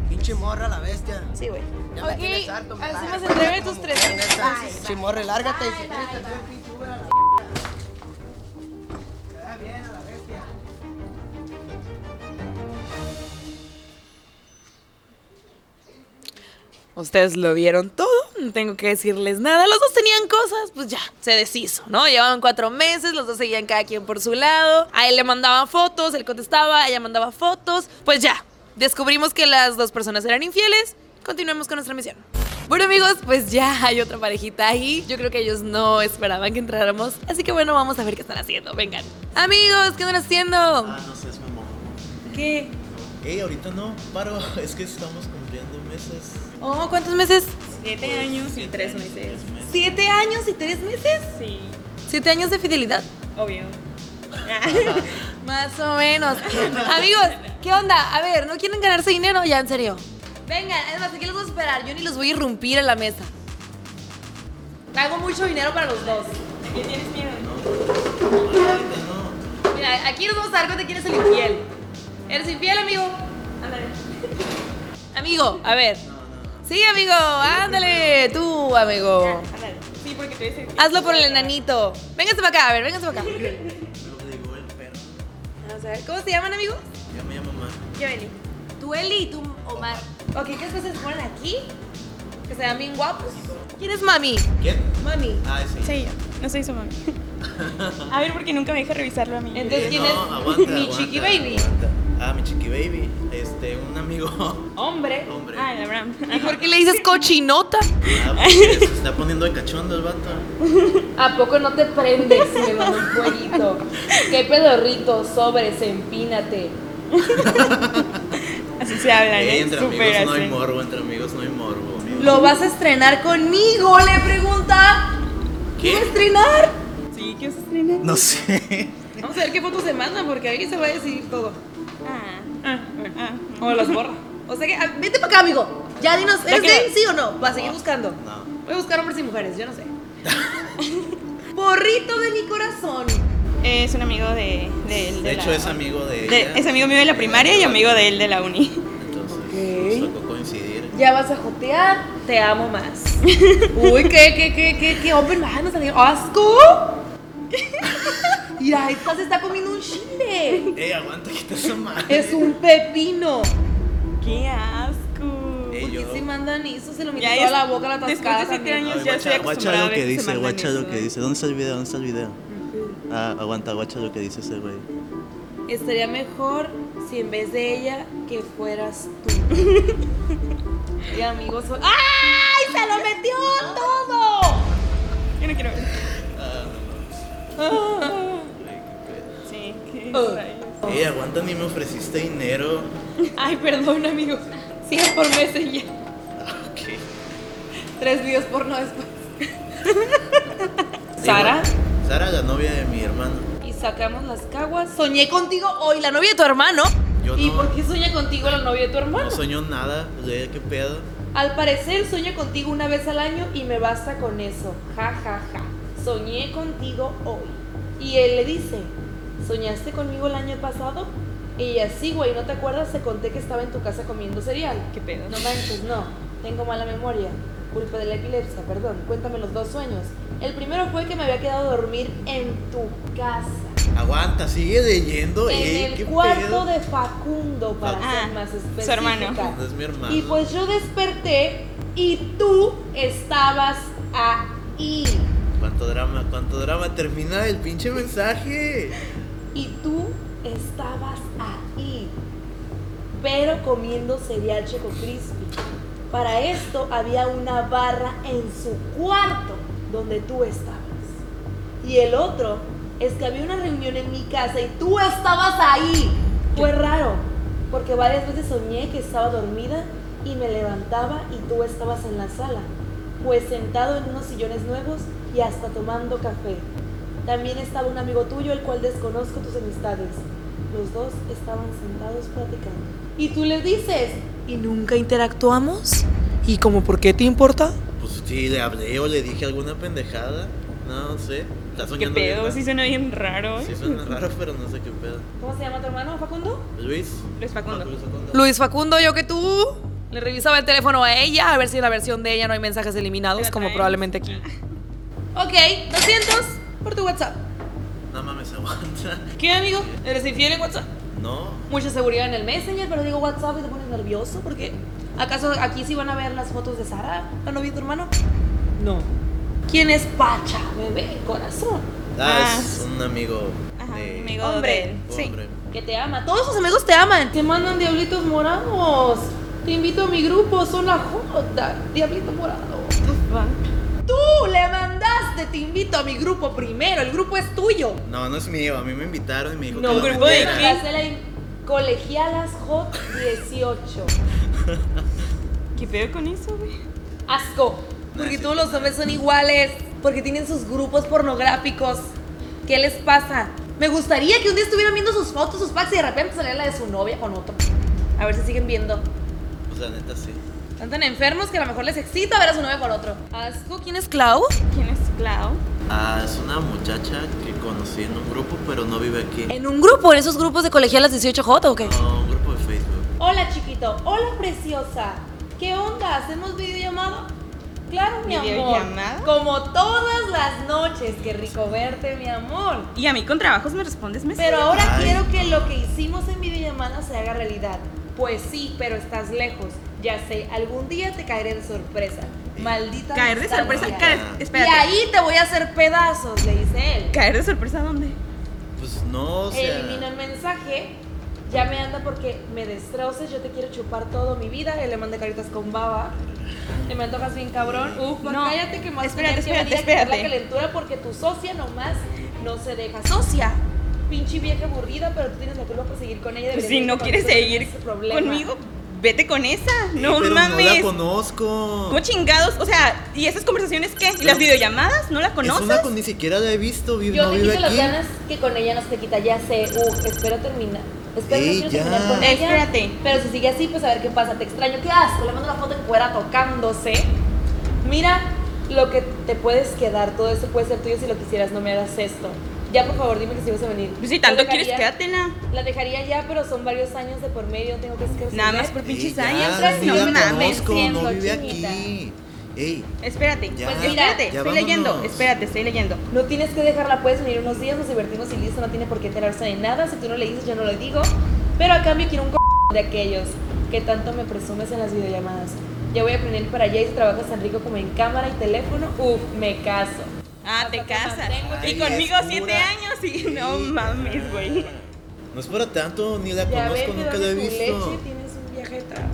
Pinche morra la bestia.
Sí, güey.
Ya me
Ok,
tienes harto, me
así
cagas,
más
güey,
entreve
como
tus
mujer,
tres.
neta. Pinche morra, lárgate y si quieres te doy un pinche Uber a la Te da bien a la bestia.
Ustedes lo vieron todo, no tengo que decirles nada. Los dos tenían cosas, pues ya, se deshizo, ¿no? Llevaban cuatro meses, los dos seguían cada quien por su lado. A él le mandaba fotos, él contestaba, ella mandaba fotos. Pues ya, descubrimos que las dos personas eran infieles. Continuemos con nuestra misión. Bueno amigos, pues ya hay otra parejita ahí. Yo creo que ellos no esperaban que entráramos. Así que bueno, vamos a ver qué están haciendo. Vengan. Amigos, ¿qué están haciendo?
Ah, no seas mamón.
¿Qué?
Ey, ahorita no, paro. Es que estamos cumpliendo meses.
Oh, ¿cuántos meses?
Siete años y tres
años,
meses.
tres meses.
¿Siete años y tres meses?
Sí,
¿Siete años de fidelidad?
obvio.
Más o menos. Amigos, ¿qué onda? A ver, ¿no quieren ganarse dinero? Ya, en serio. Vengan, además, aquí los voy a esperar. Yo ni los voy a irrumpir en la mesa. Hago mucho dinero para los dos.
¿Qué tienes miedo?
Ahorita no.
Mira, aquí nos vamos a dar cuenta quién es el infiel. ¿Eres infiel, amigo? Ándale. Amigo, a ver. Sí, amigo, ándale. Tú, amigo.
Ándale. Sí, porque tú eres el
Hazlo por el enanito. Vénganse para acá, a ver, vénganse para acá.
Me lo digo el perro.
Vamos a ver, ¿cómo se llaman, amigos?
Yo me llamo Mar.
Yo, Eli.
Tú, Eli, y tú, Omar. Ok, ¿qué cosas ponen aquí? Que se ven bien guapos. ¿Quién es mami?
¿Quién?
Mami.
Ah, sí.
Sí, no soy su mami. A ver, porque nunca me deja revisarlo a mí.
Entonces, ¿quién
no,
es?
aguanta,
mi
aguanta,
chiqui baby.
aguanta. Ah, mi chiqui baby. Este, un amigo.
Hombre.
Hombre.
Ah, el Abraham.
¿Y por qué le dices cochinota?
Ah, porque se está poniendo de cachondo el vato.
¿A poco no te prendes? Me mandó un pollito. Qué pedorrito, sobres, empínate.
Así se hablan,
Ey,
¿eh?
entre
Súper
amigos no hay
así.
morbo, entre amigos no hay morbo. amigo.
¿Lo vas a estrenar conmigo? Le pregunta. ¿Vas a
¿Qué?
estrenar?
Sí, ¿qué os estrena?
No sé.
Vamos a ver qué fotos se mandan porque ahí se va a decidir todo.
Ah, ah, ah. O las borra.
O sea que, ah, vete para acá, amigo. Ya dinos, ¿eres
qué?
gay, sí o no? Va a seguir buscando.
No.
Voy a buscar hombres y mujeres, yo no sé. Borrito de mi corazón.
Es un amigo de, de él.
De hecho,
la-
es amigo de
de-
ella.
es amigo mío de la primaria y amigo de él de la uni.
Entonces,
Ok.
nos tocó coincidir.
Ya vas a jotear. Te amo más. Uy, qué, qué, qué, qué, qué open van a salir. ¡Asco! Mira, esta se está comiendo un chile.
Ey, aguanta, quita esa madre.
Es un pepino.
¡Qué asco!
Ey, yo-
Y si mandan eso, se lo metió
Ya
a
es-
la boca la
después de
tascada.
siete
también.
años.
Ay,
Este ya
guacha-
estoy acostumbrada
guacha
a
lo
ver
que
que se
dice,
mandan
guacha lo
eso.
que dice. ¿Dónde está el video? ¿Dónde está el video? Ah, aguanta, guacha lo que dice ese güey.
Estaría mejor si en vez de ella, que fueras tú. y amigos. soy- ¡Ay! ¡Se lo metió todo!
Yo no quiero ver.
Ah.
Sí, qué
Oh.
rayos.
Ey, aguanta, ni me ofreciste dinero.
Ay, perdón, amigos. 100 por mes y ya.
Ok.
Tres videos porno después.
Digo,
Sara.
Sara, la novia de mi hermano.
Y sacamos las caguas. Soñé contigo hoy, la novia de tu hermano.
Yo
¿Y
no.
por qué sueña contigo la novia de tu hermano?
No soñó nada, güey, qué pedo.
Al parecer sueño contigo una vez al año y me basta con eso. Ja, ja, ja. Soñé contigo hoy. Y él le dice, ¿soñaste conmigo el año pasado? Y ella, sí, güey, ¿no te acuerdas? Te conté que estaba en tu casa comiendo cereal.
¿Qué pedo?
No manches, no. Tengo mala memoria. Culpa de la epilepsia, perdón. Cuéntame los dos sueños. El primero fue que me había quedado a dormir en tu casa.
Aguanta, sigue leyendo. ey,
En
qué
el cuarto
pedo.
de Facundo, para
Ah,
ser más
su
específica.
hermano.
No es mi hermano.
Y pues yo desperté y tú estabas ahí.
Cuánto drama, cuánto drama. Termina el pinche mensaje.
Y tú estabas ahí. Pero comiendo cereal Checo Crispy. Para esto había una barra en su cuarto donde tú estabas. Y el otro es que había una reunión en mi casa y tú estabas ahí. Fue raro, porque varias veces soñé que estaba dormida y me levantaba y tú estabas en la sala, pues sentado en unos sillones nuevos y hasta tomando café. También estaba un amigo tuyo, el cual desconozco tus amistades. Los dos estaban sentados platicando. Y tú le dices, ¿y nunca interactuamos? ¿Y como por qué te importa?
Pues sí, le hablé o le dije alguna pendejada. No sé. Está
¿Qué
soñando.
pedo?
bien,
Sí suena bien raro.
¿no?
¿eh?
Sí, suena raro, pero no sé qué pedo.
¿Cómo se llama tu hermano, Facundo?
Luis.
Luis Facundo.
No, Luis Facundo.
Luis Facundo, yo que tú. Le revisaba el teléfono a ella, a ver si en la versión de ella no hay mensajes eliminados,
Pero
como
traes-
probablemente aquí. Ok, 200 por tu WhatsApp.
No mames, aguanta.
¿Qué, amigo? ¿Eres infiel en WhatsApp?
No.
Mucha seguridad en el Messenger, pero digo WhatsApp y te pones nervioso porque ¿acaso aquí sí van a ver las fotos de Sara, la novia de tu hermano? No. ¿Quién es Pacha, bebé, corazón?
Ah,
Ah,
es
sí.
un amigo.
Ajá,
de-
amigo
Hombre.
de él. Sí.
Hombre.
Que te ama, todos sus amigos te aman. Te mandan diablitos morados. Te invito a mi grupo, son la Jota, diablito morado. Tú le mandaste, te invito a mi grupo primero, el grupo es tuyo.
No, no es mío. A mí me invitaron y me dijo
No,
que lo
grupo de
metiera.
qué?
Mandaste la in- colegialas Hot 18.
¿Qué pedo con eso, güey?
Asco. Porque todos los hombres son iguales. Porque tienen sus grupos pornográficos. ¿Qué les pasa? Me gustaría que un día estuvieran viendo sus fotos, sus packs y de repente saliera la de su novia con otro. A ver si siguen viendo.
O sea, neta, sí.
Están tan enfermos que a lo mejor les excita ver a su novia con otro. Asco, ¿quién es Clau?
¿Quién es Clau?
Ah, es una muchacha que conocí en un grupo, pero no vive aquí.
Eh.
¿En un grupo? ¿En esos grupos de colegialas 18J o qué?
No, un grupo de Facebook.
Hola chiquito, hola preciosa. ¿Qué onda? ¿Hacemos videollamada? Claro, mi amor.
¿Videollamada?
Como todas las noches. Qué rico verte, mi amor.
Y a mí con trabajos me respondes mes.
Pero ahora
Ay.
quiero que lo que hicimos en videollamada se haga realidad. Pues sí, pero estás lejos. Ya sé, algún día te caeré de sorpresa. Maldita.
Caer de
amistad
Ah,
sorpresa,
mía.
caer.
Y
Espérate.
ahí te voy a hacer pedazos, le dice él.
¿Caer de sorpresa dónde?
Pues no,
Eh,
o sea.
Elimina el mensaje. Ya me anda porque me destroces, yo te quiero chupar todo mi vida. Él le manda caritas con baba. Le me antojas bien cabrón. Uf,
No.
cállate que más
Espérate,
tenía que venir
espérate,
a quitar
espérate.
la calentura porque tu socia nomás no se deja. Socia, pinche vieja aburrida, pero tú tienes la culpa por seguir con ella.
Pues
deberías
si
de
no
con-
quieres
tú tienes
seguir
ese problema.
conmigo, vete con esa. No
pero No la
mames.
conozco.
¿Cómo chingados? O sea, ¿y esas conversaciones qué? ¿Y las
Pero-
videollamadas? ¿No la
Es una
conoces?
con ni siquiera la he visto, vi-
Yo
no
te
vive
quito las
aquí.
ganas que con ella no se te quita. Ya sé, uh, espero terminar. Espero
Ey,
no quiero
ya.
terminar con ella.
Espérate.
Pero si sigue así, pues a ver qué pasa. Te extraño, qué asco. Le mando una foto en cuera tocándose. Mira lo que te puedes quedar. Todo eso puede ser tuyo si lo quisieras. No me hagas esto. Ya, por favor, dime que si vas a venir.
Pues si tanto
La
quieres,
dejaría-
quédatela.
La dejaría ya, pero son varios años de por medio. Tengo que escribir.
Nada más por
Ey,
pinches
ya,
años.
tres
ni la
No
millones.
mames.
conozco,
Siento,
no vive
chinita.
aquí. Ey,
Espérate.
Ya,
Pues
ya
espérate, estoy
vámonos.
leyendo. Espérate, estoy leyendo.
No tienes que dejarla, puedes venir unos días, nos divertimos y listo, no tiene por qué enterarse de nada. Si tú no le dices, yo no le digo. Pero a cambio quiero un c de aquellos que tanto me presumes en las videollamadas. Ya voy a aprender para allá y si trabajas tan rico como en cámara y teléfono, uff, me caso.
Ah, te casas.
mantengo
Y
con-
conmigo
Ay, es
siete
pura.
años y no
Sí.
mames, güey.
no es para tanto, ni la
Ya
conozco,
ves,
nunca
te
la he
dame tu leche,
visto.
tienes un viaje de trabajo.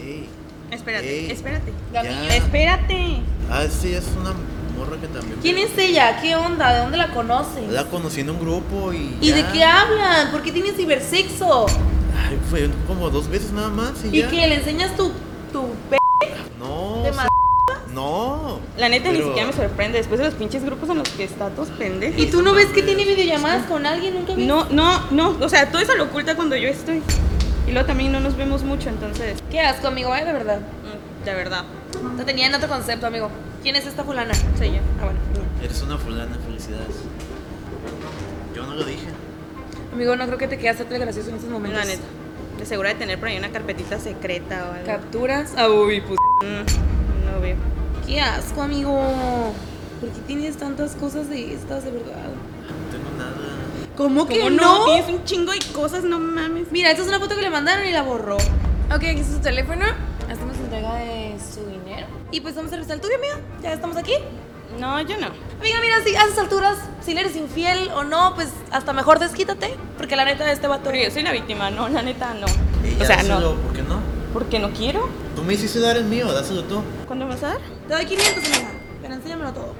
Ey,
Espérate,
Ey.
espérate.
ya.
Espérate.
Ah, sí, es una morra que también.
¿Quién es ella? ¿Qué onda? ¿De dónde la conoces?
La conocí en un grupo y.
¿Y de
ya.
qué hablan? ¿Por qué tienes cibersexo?
Ay, fue como dos veces nada más y,
¿Y
ya.
qué? ¿Le enseñas tu, tu p
No.
de
o sea, No.
La neta ni
Pero-
siquiera me sorprende. Después de los pinches grupos en los que está todos pendejos.
¿Y tú no ves que tiene videollamadas con alguien? Nunca vi.
No, no, no. O sea, todo eso lo oculta cuando yo estoy. Y luego también no nos vemos mucho, entonces.
Qué asco, amigo, eh, de verdad.
mm, De verdad,
Te tenía en otro concepto, amigo. ¿Quién es esta fulana?
soy yo.
Ah, bueno.
Eres una fulana, felicidades. Yo no lo dije.
Amigo, no creo que te quedas tan gracioso en estos momentos.
La neta. De segura de tener por ahí una carpetita secreta o algo.
Capturas.
Ah, uy, pues. mm, No veo.
Qué asco, amigo. ¿Por qué tienes tantas cosas de estas, de verdad?
No tengo nada.
¿Cómo que
¿Cómo no?
no?
Tienes un chingo de cosas, no mames.
Mira, esta es una foto que le mandaron y la borró. Ok, aquí está su teléfono. Hacemos entrega de su dinero. Y pues vamos a revisar el tuyo, amiga. Ya estamos aquí.
No, yo no.
Amiga, mira, si a esas alturas, si le eres infiel o no, pues hasta mejor desquítate. Porque la neta, este vato...
Porque yo soy la víctima, no, la neta, no.
Ey,
O sea,
dáselo,
no.
¿por qué no?
Porque no quiero.
Tú me hiciste dar el mío, dáselo tú.
¿Cuándo me vas a dar?
Te doy 500, amiga. Pero enséñamelo todo.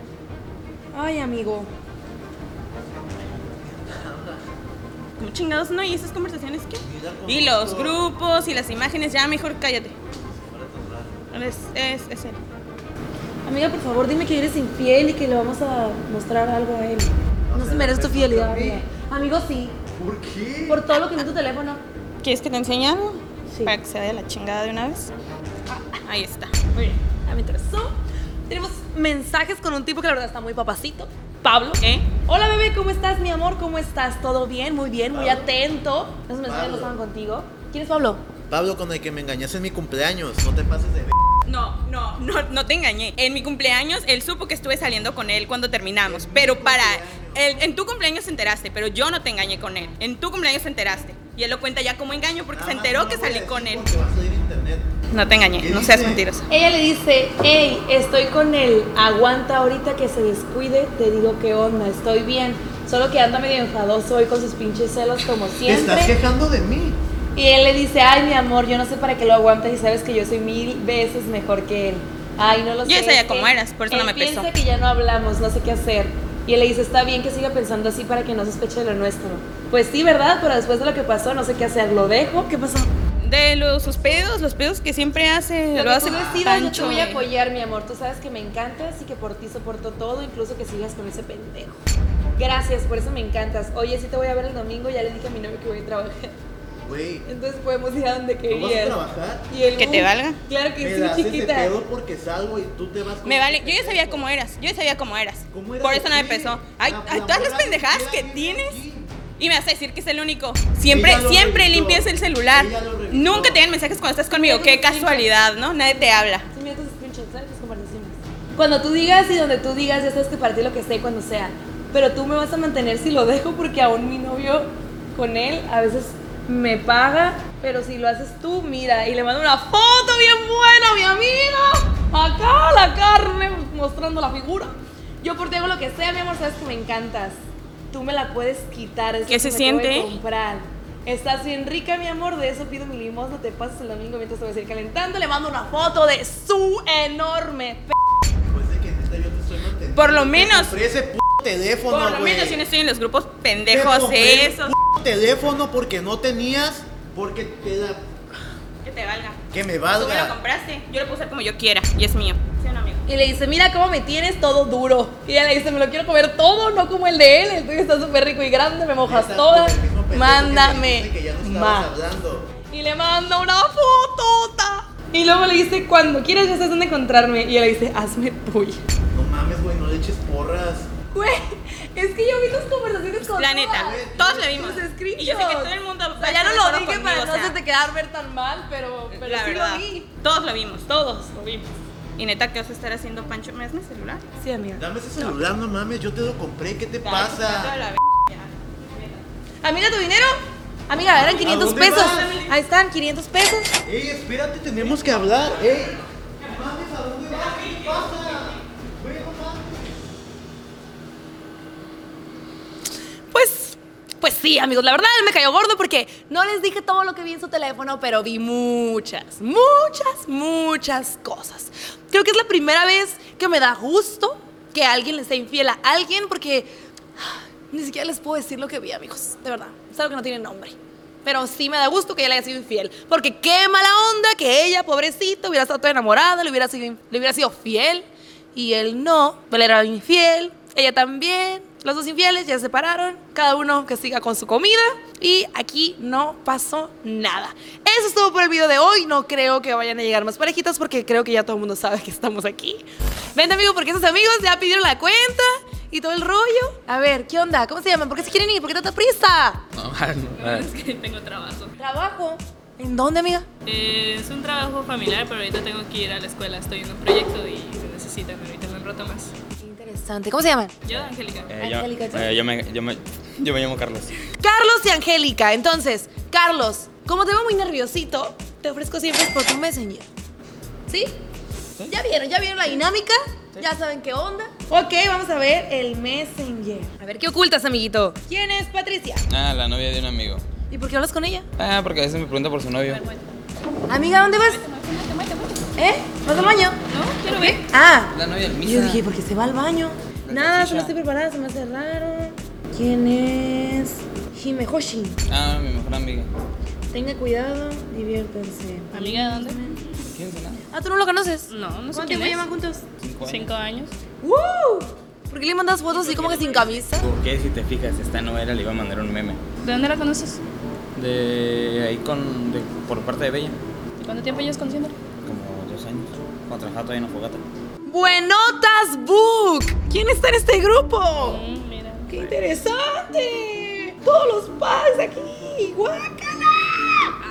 Ay, amigo.
¿Cómo chingados no? ¿Y esas conversaciones qué?
Ni la
Y los
conozco.
grupos y las imágenes, ya mejor cállate. Es, es, es él.
Amiga, por favor, dime que eres infiel y que le vamos a mostrar algo a él. No se merece tu fidelidad, amiga. Amigo, sí.
¿Por qué?
Por todo lo que vi en tu teléfono.
¿Quieres que te enseñe algo?
Sí.
Para que se vaya la chingada de una vez. Ahí está. Muy bien.
Ah, me interesó. Tenemos mensajes con un tipo que la verdad está muy papacito. Pablo.
¿Eh?
Hola bebé, ¿cómo estás, mi amor? ¿Cómo estás? ¿Todo bien? Muy bien, muy atento. Esos mensajes
Pablo.
no estaban contigo. ¿Quién es Pablo?
Pablo, con el que me engañaste en mi cumpleaños, no te pases de ver.
No, no, no, no te engañé. En mi cumpleaños él supo que estuve saliendo con él cuando terminamos, pero para el- en tu cumpleaños se enteraste, pero yo no te engañé con él. En tu cumpleaños se enteraste y él lo cuenta ya como engaño porque
Ah,
se enteró que salí con él.
Porque vas a ir a internet.
No te engañé,
¿Qué
no seas
dice?
mentirosa.
Ella le dice, hey, estoy con él, aguanta ahorita que se descuide, te digo qué onda, estoy bien. Solo que anda medio enfadoso hoy con sus pinches celos como
Te estás
siempre.
quejando de mí.
Y él le dice, ay mi amor, yo no sé para qué lo aguantas y sabes que yo soy mil veces mejor que él. Ay, no lo sé.
Yo sabía
es que
cómo eras, por eso no
él
me pesó.
piensa que ya no hablamos, no sé qué hacer. Y él le dice, está bien que siga pensando así para que no sospeche de lo nuestro. Pues sí, ¿verdad? Pero después de lo que pasó, no sé qué hacer, lo dejo.
¿Qué pasó?
De los sus pedos, los pedos que siempre hace,
Lo que
lo, hace
tú decidas, yo te
Pancho,
voy a
güey.
apoyar, mi amor. Tú sabes que me encantas y que por ti soporto todo, incluso que sigas con ese pendejo. Gracias, por eso me encantas. Oye, sí te voy a ver el domingo, ya le dije a mi novio que voy a trabajar.
Güey,
Entonces podemos ir a donde
¿no vas a
querías.
trabajar?
Y él,
Que te
"Uy,
valga".
Claro que
Me
sí,
das ese
chiquita.
pedo porque salgo y tú te vas con
Me vale,
ese
yo ya sabía
pendejo.
cómo eras, yo ya sabía cómo eras.
¿Cómo eras
Por eso no me
así?
pesó. Ay,
La-
ay,
la
todas las
morra
pendejadas
ni
que
siquiera vive
tienes.
aquí.
Y me vas a decir que es el único. Siempre,
Ella lo
siempre
revisó.
limpias el celular.
Ella lo revisó.
Nunca te llegan mensajes cuando estás conmigo. Qué casualidad, ¿no? Nadie te habla.
Sí, mira tus screenshots, ¿sabes? Tus conversaciones. Cuando tú digas y donde tú digas, ya sabes que para ti lo que sea y cuando sea. Pero tú me vas a mantener si lo dejo porque aún mi novio con él a veces me paga, pero si lo haces tú, mira, y le mando una foto bien buena a mi amiga. Acá la carne mostrando la figura. Yo por ti hago lo que sea, mi amor, sabes que me encantas. Tú me la puedes quitar. eso
¿Qué
que
se
me acabo de
siente?
comprar. Estás bien rica, mi amor, de eso pido mi limosna, te pasas el domingo mientras te voy a seguir calentando, le mando una foto de su enorme p-
Después Pues de que neta yo te estoy manteniendo.
Por lo
Te
menos-
compré ese p teléfono,
Por lo
güey.
menos yo no estoy en los grupos
Te
pendejos
compré el
esos.
p- teléfono porque no tenías, porque te da.
Que te valga.
Que me
Tú me lo
valga.
compraste. Yo lo puedo usar como yo quiera y es mío. ¿Sí o no, amigo?
Y le dice, mira cómo me tienes todo duro. Y ella le dice, me lo quiero comer todo, no como el de él. El tuyo está súper rico y grande, me mojas
Neta,
toda.
por el mismo pendejo que me
Mándame
dijiste que ya no estabas
más.
hablando.
Y le manda una fotota. Y luego le dice, cuando quieras ya sabes dónde encontrarme. Y ella le dice, hazme tuya.
No mames, güey, no le eches porras.
Güey, es que yo vi tus conversaciones con
La
todas.
neta, todos la vimos.
Tus
Y
screenshots.
yo sé que todo el mundo
O
va a
sea, ya no
estar de
lo
acuerdo
dije
conmigo,
para
o
no
sea,
se te quedar ver tan mal, pero, pero
La
sí
verdad.
lo vi.
Todos lo vimos, todos lo vimos. Y neta, ¿qué vas a estar haciendo, Pancho? ¿Me das mi celular?
Sí, amiga.
Dame ese celular, no mames, yo te lo compré, ¿qué te
Toda
pasa?
la v-
Amiga, tu dinero. Amiga, eran 500
dónde
pesos.
vas?
Ahí están, 500 pesos.
Ey, espérate, tenemos que hablar, ey. No mames, ¿a dónde vas? ¿Qué pasa? Güey, no mames.
Pues, pues sí, amigos, la verdad él me cayó gordo porque no les dije todo lo que vi en su teléfono, pero vi muchas, muchas, muchas cosas. Creo que es la primera vez que me da gusto que alguien le sea infiel a alguien porque ah, ni siquiera les puedo decir lo que vi, amigos, de verdad. Es algo que no tiene nombre. Pero sí me da gusto que ella le haya sido infiel. Porque qué mala onda que ella, pobrecita, hubiera estado toda enamorada, le hubiera sido, in- le hubiera sido fiel. Y él no, él era infiel, ella también. Los dos infieles ya se separaron, cada uno que siga con su comida. Y aquí no pasó nada. Eso es todo por el video de hoy. No creo que vayan a llegar más parejitas porque creo que ya todo el mundo sabe que estamos aquí. Vente, amigo, porque esos amigos ya pidieron la cuenta y todo el rollo. A ver, ¿qué onda? ¿Cómo se llaman? ¿Por qué se quieren ir? ¿Por qué tanta prisa?
No, no,
Es que tengo trabajo.
Trabajo. ¿En dónde, amiga?
Eh, es un trabajo familiar, pero ahorita tengo que ir a la escuela. Estoy en un proyecto y se necesita, pero ahorita no roto más.
Qué interesante. ¿Cómo se llaman?
Yo, Angélica.
eh, yo,
Angélica, ¿tú?
eh, yo me, yo, me, yo me llamo Carlos.
Carlos y Angélica. Entonces, Carlos, como te veo muy nerviosito, te ofrezco siempre por tu messenger. ¿Sí? Ya vieron, ya vieron la dinámica. Ya saben qué onda. Ok, vamos a ver el messenger. A ver, ¿qué ocultas, amiguito? ¿Quién es Patricia?
Ah, la novia de un amigo.
¿Y por qué hablas con ella?
Ah, porque a veces me pregunta por su novio.
Amiga, ¿dónde vas? ¿Eh? ¿Vas al baño?
No, quiero ver.
Ah.
La novia del
Y Yo dije, ¿por qué se va al baño? Nada, yo no estoy preparada, se me hace raro. ¿Quién es? Himehoshi.
Ah, mi mejor amiga.
Tenga cuidado, diviértanse.
Amiga, ¿de dónde?
¿Quién será?
Ah, ¿tú no lo conoces?
No, no sé
¿Cuánto
quién
tiempo
es.
llevan juntos?
Cinco años.
Cinco años.
¡Woo! ¿Por qué le mandas fotos así como que sin camisa?
¿Por qué, si te fijas, esta novela le iba a mandar un meme?
¿De dónde la conoces?
De ahí con. de- por parte de Bella.
¿Cuánto tiempo llevas conociéndola?
Como dos años. Cuando trabajaba todavía en la fogata.
¡Buenotas Book! ¿Quién está en este grupo?
Mm, mira.
¡Qué interesante! ¡Todos los packs aquí! ¡Guácala!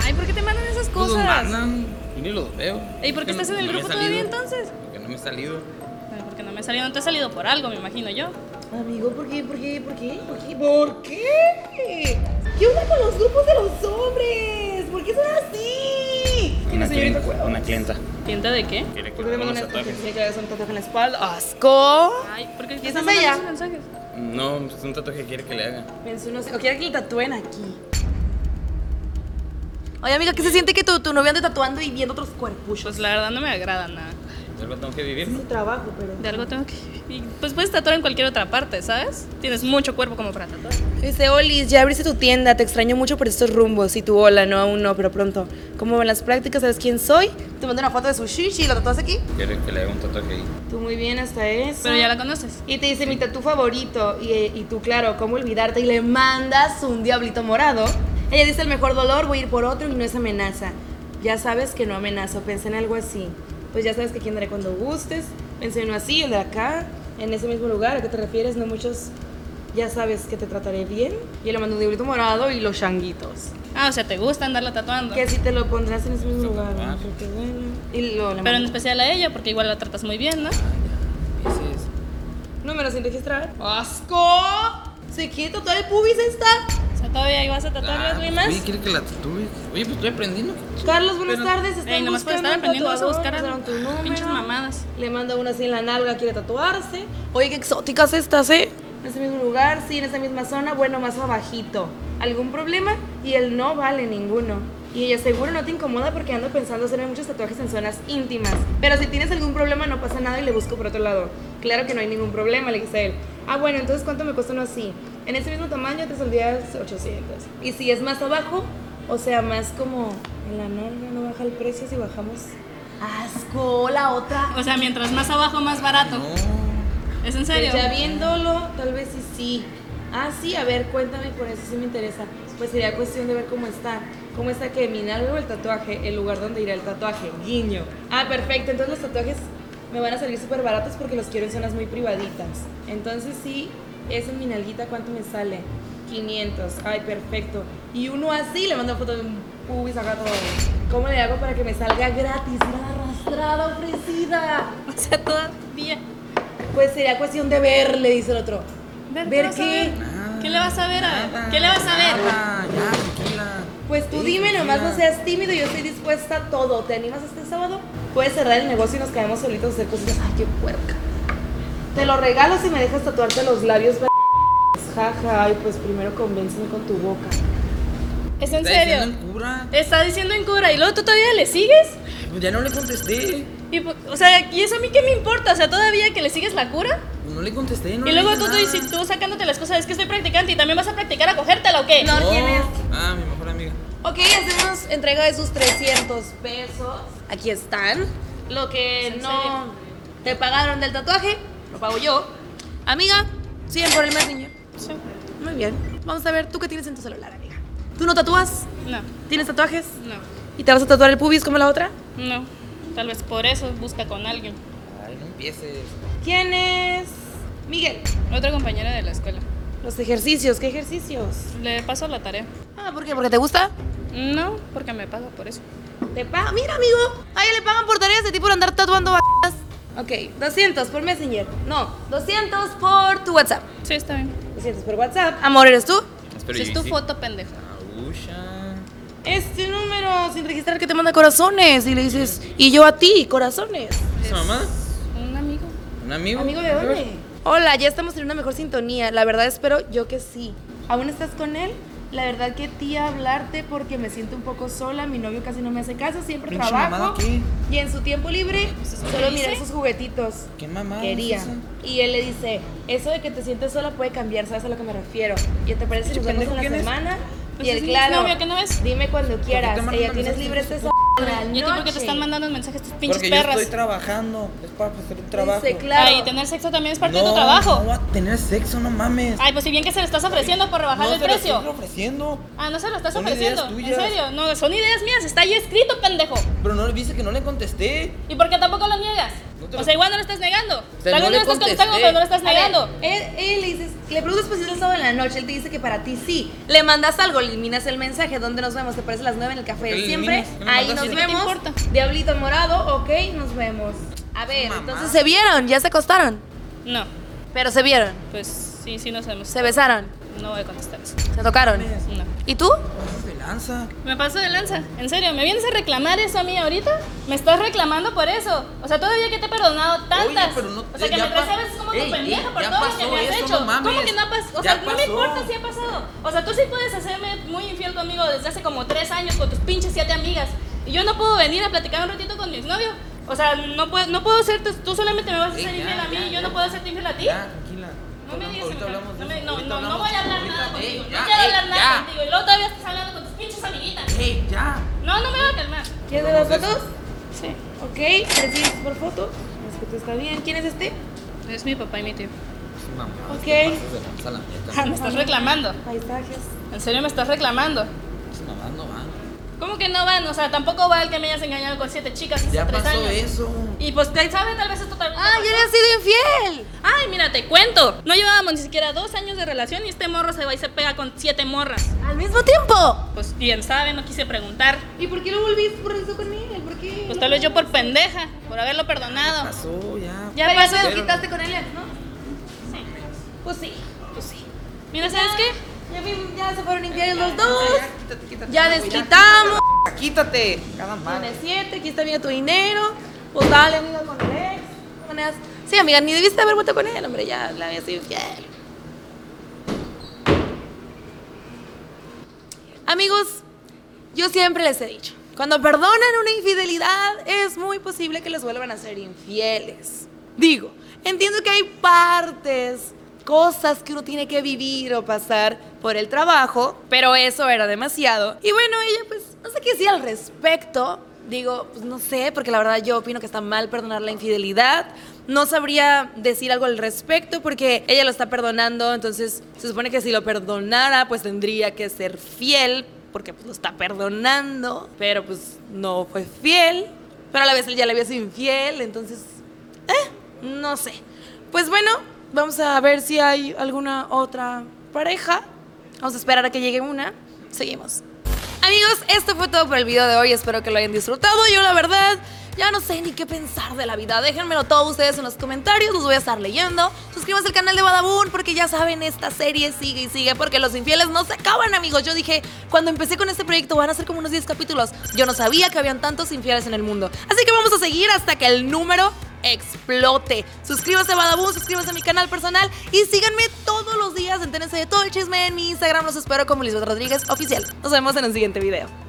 Ay, ¿por qué te mandan esas
Pues los
cosas?
mandan, yo ni los veo.
¿Y por qué
Porque
estás en
no
el
me
grupo
he
todavía
salido.
entonces?
Porque no me he salido.
Ay, Porque no me he salido, no te he salido por algo, me imagino yo.
Amigo, ¿por qué? ¿Por qué? ¿Por qué? ¿Por qué? ¿Por qué? ¿Qué onda con los grupos de los hombres? ¿Por qué son así?
Una clienta. Una clienta.
¿Tienta de qué?
Quiere que le hagan los tatuajes.
un tatuaje en la espalda. Ah, ¡Asco!
Ay, ¿por qué te
¿Y esa es
están mandando
ella?
esos mensajes?
No, es un tatuaje que quiere que le haga.
Pensó, no sé, o quiera que le tatúen aquí. Oye, amiga, ¿qué se siente que tu, tu novio ande tatuando y viendo otros cuerpullos?
Pues la verdad no me agrada nada.
Yo lo tengo que vivir, ¿no?
trabajo, pero...
De algo tengo que... y, Pues puedes tatuar en cualquier otra parte, ¿sabes? Tienes mucho cuerpo como para tatuar.
Dice, Olis, ya abriste tu tienda, te extraño mucho por estos rumbos. Y tu hola, no, aún no, pero pronto. Como en las prácticas sabes quién soy, te mandé una foto de su shishi y lo tatuas aquí.
Quiere que le haga un tatuaje ahí.
Tú muy bien hasta eso.
Pero ya la conoces.
Y te dice, mi tatú favorito. Y, eh, y tú, claro, ¿cómo olvidarte? Y le mandas un diablito morado. Ella dice, el mejor dolor, voy a ir por otro y no es amenaza. Ya sabes que no amenazo, pensé en algo así. Pues ya sabes que aquí andaré cuando gustes. Pensé en uno así, el de acá, en ese mismo lugar. ¿A qué te refieres? No muchos... Ya sabes que te trataré bien. Y le mando un diablito morado y los changuitos.
Ah, o sea, te gusta andarla tatuando.
Que si te lo pondrás en ese mismo lugar.
Ah.
¿no? Porque bueno. Y lo le
Pero en
mando.
especial a ella, porque igual la tratas muy bien, ¿no?
Número sin registrar. ¡Asco! Se quiere tatuar el pubis esta.
O sea,
Todavía ahí vas a tatuarlas, güey, más.
Oye, Ah, pues, ¿quiere que la tatúe? Oye, pues estoy aprendiendo.
Carlos, buenas tardes. Están
Ey, eh, nomás por
buscando
estar aprendiendo vas a
tatuador,
buscar a
pasaron tu número.
pinches mamadas.
Le manda una así en la nalga, quiere tatuarse. Oye, qué exóticas estas, ¿eh? En ese mismo lugar, sí, en esa misma zona, bueno, más abajito. ¿Algún problema? Y él no vale ninguno. Y ella seguro no te incomoda porque ando pensando hacerme muchos tatuajes en zonas íntimas. Pero si tienes algún problema no pasa nada y le busco por otro lado. Claro que no hay ningún problema, le dice él. Ah, bueno, entonces ¿cuánto me cuesta uno así? En ese mismo tamaño te saldrías 800. Y si es más abajo, o sea, más como en la norma, no baja el precio si bajamos. Asco, la otra.
O sea, mientras más abajo, más barato. ¿Es en serio?
Pues ya viéndolo, tal vez sí sí. Ah, sí, a ver, cuéntame, por eso sí me interesa. Pues sería cuestión de ver cómo está. ¿Cómo está que mi nalga o el tatuaje? El lugar donde irá el tatuaje. Guiño. Ah, perfecto. Entonces los tatuajes me van a salir súper baratos porque los quiero en zonas muy privaditas. Entonces sí, eso en mi nalguita, ¿cuánto me sale? 500. Ay, perfecto. Y uno así, le mando foto de un pubis acá todo. ¿Cómo le hago para que me salga gratis? Nada arrastrada, ofrecida.
O sea, todavía.
Pues sería cuestión de ver, le dice el otro.
Ver,
¿Ver
vas a
qué?
ver? ¿Qué le vas a ver? a- ¿Qué le vas a ver?
Ah, ya, tranquila.
Pues tú dime nomás, no seas tímido, yo estoy dispuesta a todo. ¿Te animas este sábado? Puedes cerrar el negocio y nos quedamos solitos a hacer cositas. Ay, qué puerca. Te lo regalo si me dejas tatuarte los labios. b- Jaja, ay, pues primero convénceme con tu boca.
¿Es en
Está
serio? Eh.
diciendo el cura.
Está diciendo en cura y luego tú todavía le sigues.
Pues ya no le contesté.
Y, pues, o sea, ¿y eso a mí qué me importa? O sea, todavía que le sigues la cura.
Pues, No le contesté, no
y
le
luego
dije
tú, tú,
nada.
dices- tú sacándote las cosas, es que estoy practicante y también vas a practicar a cogértela o qué.
No.
No.
¿Quién es?
Ah, mi mejor amiga.
Ok, hacemos entrega de sus 300 pesos. Aquí están. Lo que
¿En
Eh, no
serio?
te pagaron del tatuaje, lo pago yo. Amiga, 100 por el más niño.
Sí.
Muy bien. Vamos a ver, ¿tú qué tienes en tu celular, amiga? ¿Tú no tatúas?
No,
¿Tienes tatuajes?
no,
¿Y te vas a tatuar el pubis como la otra?
no. Tal vez por eso busca con alguien.
Ay, no empieces.
¿Quién es? Miguel.
Otra compañera de la escuela.
Los ejercicios, ¿qué ejercicios?
Le paso la tarea.
Ah, ¿por qué? ¿Porque te gusta?
No, porque me paga por eso.
Te paga. Mira, amigo. A ella Ah, le pagan por tareas de ti por andar tatuando b. Ok, 200 por Messenger. No, 200 por tu WhatsApp.
Sí, está bien.
200 por WhatsApp. Amor, ¿eres tú?
Espero
si
yo
es tu
sí.
foto, pendejo.
Ausha.
Este número sin registrar que te manda corazones y le dices, y yo a ti, corazones.
¿Esa mamada?
Un amigo.
¿Un amigo?
Amigo de dónde? Hola, ya estamos en una mejor sintonía. La verdad espero yo que sí. ¿Aún estás con él? La verdad que tía hablarte porque me siento un poco sola, mi novio casi no me hace caso, siempre
Pinche
trabajo.
mamada, ¿qué?
Y en su tiempo libre
Pues,
solo mira sus juguetitos.
¿Qué
Ah,
mamada?
Quería.
es esa?
Y él le dice, eso de que te sientes sola puede cambiar, ¿sabes a lo que me refiero? Y te parece si nos vemos
pendejo,
en la
¿quién es?
semana.
Pues
y
es
él,
mi
claro,
exnovio, ¿qué no ves?
dime cuando quieras.
mandan
Ella tienes
mensajes
libre este sábado en
¿Y
la
a ti por qué te
noche.
están mandando mensajes tus pinches
Porque yo
perras?
estoy trabajando. Es para hacer un trabajo.
Dice, claro.
Ay, tener sexo también es parte de
No,
tu trabajo.
No va a tener sexo, no mames.
Ay, pues si bien que se lo estás ofreciendo por
no
rebajarle el
te lo
precio.
estoy ofreciendo.
Ah, no se lo estás
Son ideas
ofreciendo. En
tuyas.
serio, no, son ideas mías, está ahí escrito, pendejo.
Pero no le viste que no le contesté.
¿Y por qué tampoco lo niegas?
No te lo-
O sea, igual no lo estás negando.
sea, no
Tal vez
le
no lo estás contestando,
contesté.
pero no lo estás
A ver,
negando.
Él, él le dices, le preguntas pues si es el sábado en la noche, él te dice que para ti sí. Le mandas algo, le eliminas el mensaje, ¿dónde nos vemos? ¿Te parece las 9 en el café de
¿Qué le
siempre?
eliminas? ¿Qué le
Ahí
mandas?
nos
¿Qué
te
vemos.
importa?
Diablito morado, ok, nos vemos. A ver,
Mamá.
entonces se vieron, ya se acostaron,
No,
pero se vieron,
pues sí, sí, no sabemos.
se besaron,
No voy a contestar eso.
se tocaron.
No.
¿Y tú?
Pasas de lanza.
Me paso de lanza. En serio, ¿me vienes a reclamar eso a mí ahorita? ¿Me estás reclamando por eso? O sea, todavía que te he perdonado tantas.
Oye, pero no-
o sea, que
ya
me traes
pa-
a veces como
Ey,
tu pendeja
ey,
por
ya
todo lo que
pasó
me has
eso,
hecho.
no mames.
¿Cómo que no ha pasado? O
Ya
sea, no me
pasó.
importa si ha pasado. O sea, tú sí puedes hacerme muy infiel conmigo desde hace como tres años con tus pinches siete amigas. Y yo no puedo venir a platicar un ratito con mi exnovio. O sea, no puedo, no puedo ser, tú solamente me vas a
Ey,
hacer
ya,
infiel a mí
ya,
y yo
ya.
no puedo hacerte infiel a ti.
Ya, tranquila.
No me digas
Ahorita
que me-
hablamos de
no,
eso,
me- no,
ahorita
no, no
hablamos.
voy a hablar
Ahorita-
nada
ey,
contigo.
ya,
no quiero
ey,
hablar nada
ya.
contigo. Y luego todavía estás hablando con tus pinches amiguitas.
Ey, ya.
No, no me voy a calmar.
¿Quieres ver las
Vamos a
fotos?
Sí,
Ok, 300 por foto. Es que tú está bien. ¿Quién es este?
es mi papá y mi tío.
Es una mamada,
Ok.
te pasas de lanza, la neta.
me estás reclamando.
Paisajes.
En serio me estás reclamando.
Es una mamada, no va.
¿Cómo que no van? O sea, tampoco va el que me hayas engañado con siete chicas hace
Ya
tres
pasó ¿eh?
años.
eso.
Y pues, ¿quién sabe? Tal vez esto también.
¡Ah, ya le has sido infiel!
Ay, mira, te cuento. No llevábamos ni siquiera dos años de relación y este morro se va y se pega con siete morras.
¡Al mismo tiempo!
Pues quién sabe, no quise preguntar.
¿Y por qué lo volviste por eso con él? ¿Por qué?
Pues tal vez yo por pendeja, por haberlo perdonado.
Pasó, ya.
Ya pasó.
quitaste con él, ¿no?
Sí.
Pues sí.
Mira, ¿sabes qué?
Ya, vi- ya se fueron infieles los dos. Ya desquitamos.
Quítate, cada madre.
Tiene siete, aquí está amiga tu dinero. Pues dale, amiga, con el ex. No me hagas- Sí, amiga, ni debiste haber vuelto con él, hombre, ya la había sido infiel. Amigos, yo siempre les he dicho, cuando perdonan una infidelidad es muy posible que les vuelvan a ser infieles. Digo, entiendo que hay partes, cosas que uno tiene que vivir o pasar por el trabajo, pero eso era demasiado. Y bueno, ella pues no sé qué decir al respecto. Digo, pues no sé, porque la verdad yo opino que está mal perdonar la infidelidad. No sabría decir algo al respecto porque ella lo está perdonando, entonces se supone que si lo perdonara pues tendría que ser fiel, porque pues, lo está perdonando, pero pues no fue fiel, pero a la vez él ya le había sido infiel, entonces, eh, no sé. Pues bueno, vamos a ver si hay alguna otra pareja. Vamos a esperar a que llegue una. Seguimos. Amigos, esto fue todo por el video de hoy. Espero que lo hayan disfrutado. Yo, la verdad, ya no sé ni qué pensar de la vida. Déjenmelo todos ustedes en los comentarios. Los voy a estar leyendo. Suscríbanse al canal de Badabun porque ya saben, esta serie sigue y sigue porque los infieles no se acaban, amigos. Yo dije, cuando empecé con este proyecto van a ser como unos 10 capítulos. Yo no sabía que habían tantos infieles en el mundo. Así que vamos a seguir hasta que el número explote. Suscríbase a Badabun, suscríbase a mi canal personal y síganme todos los días. Entérense de todo el chisme en mi Instagram. Los espero como Lisbeth Rodríguez Oficial. Nos vemos en el siguiente video.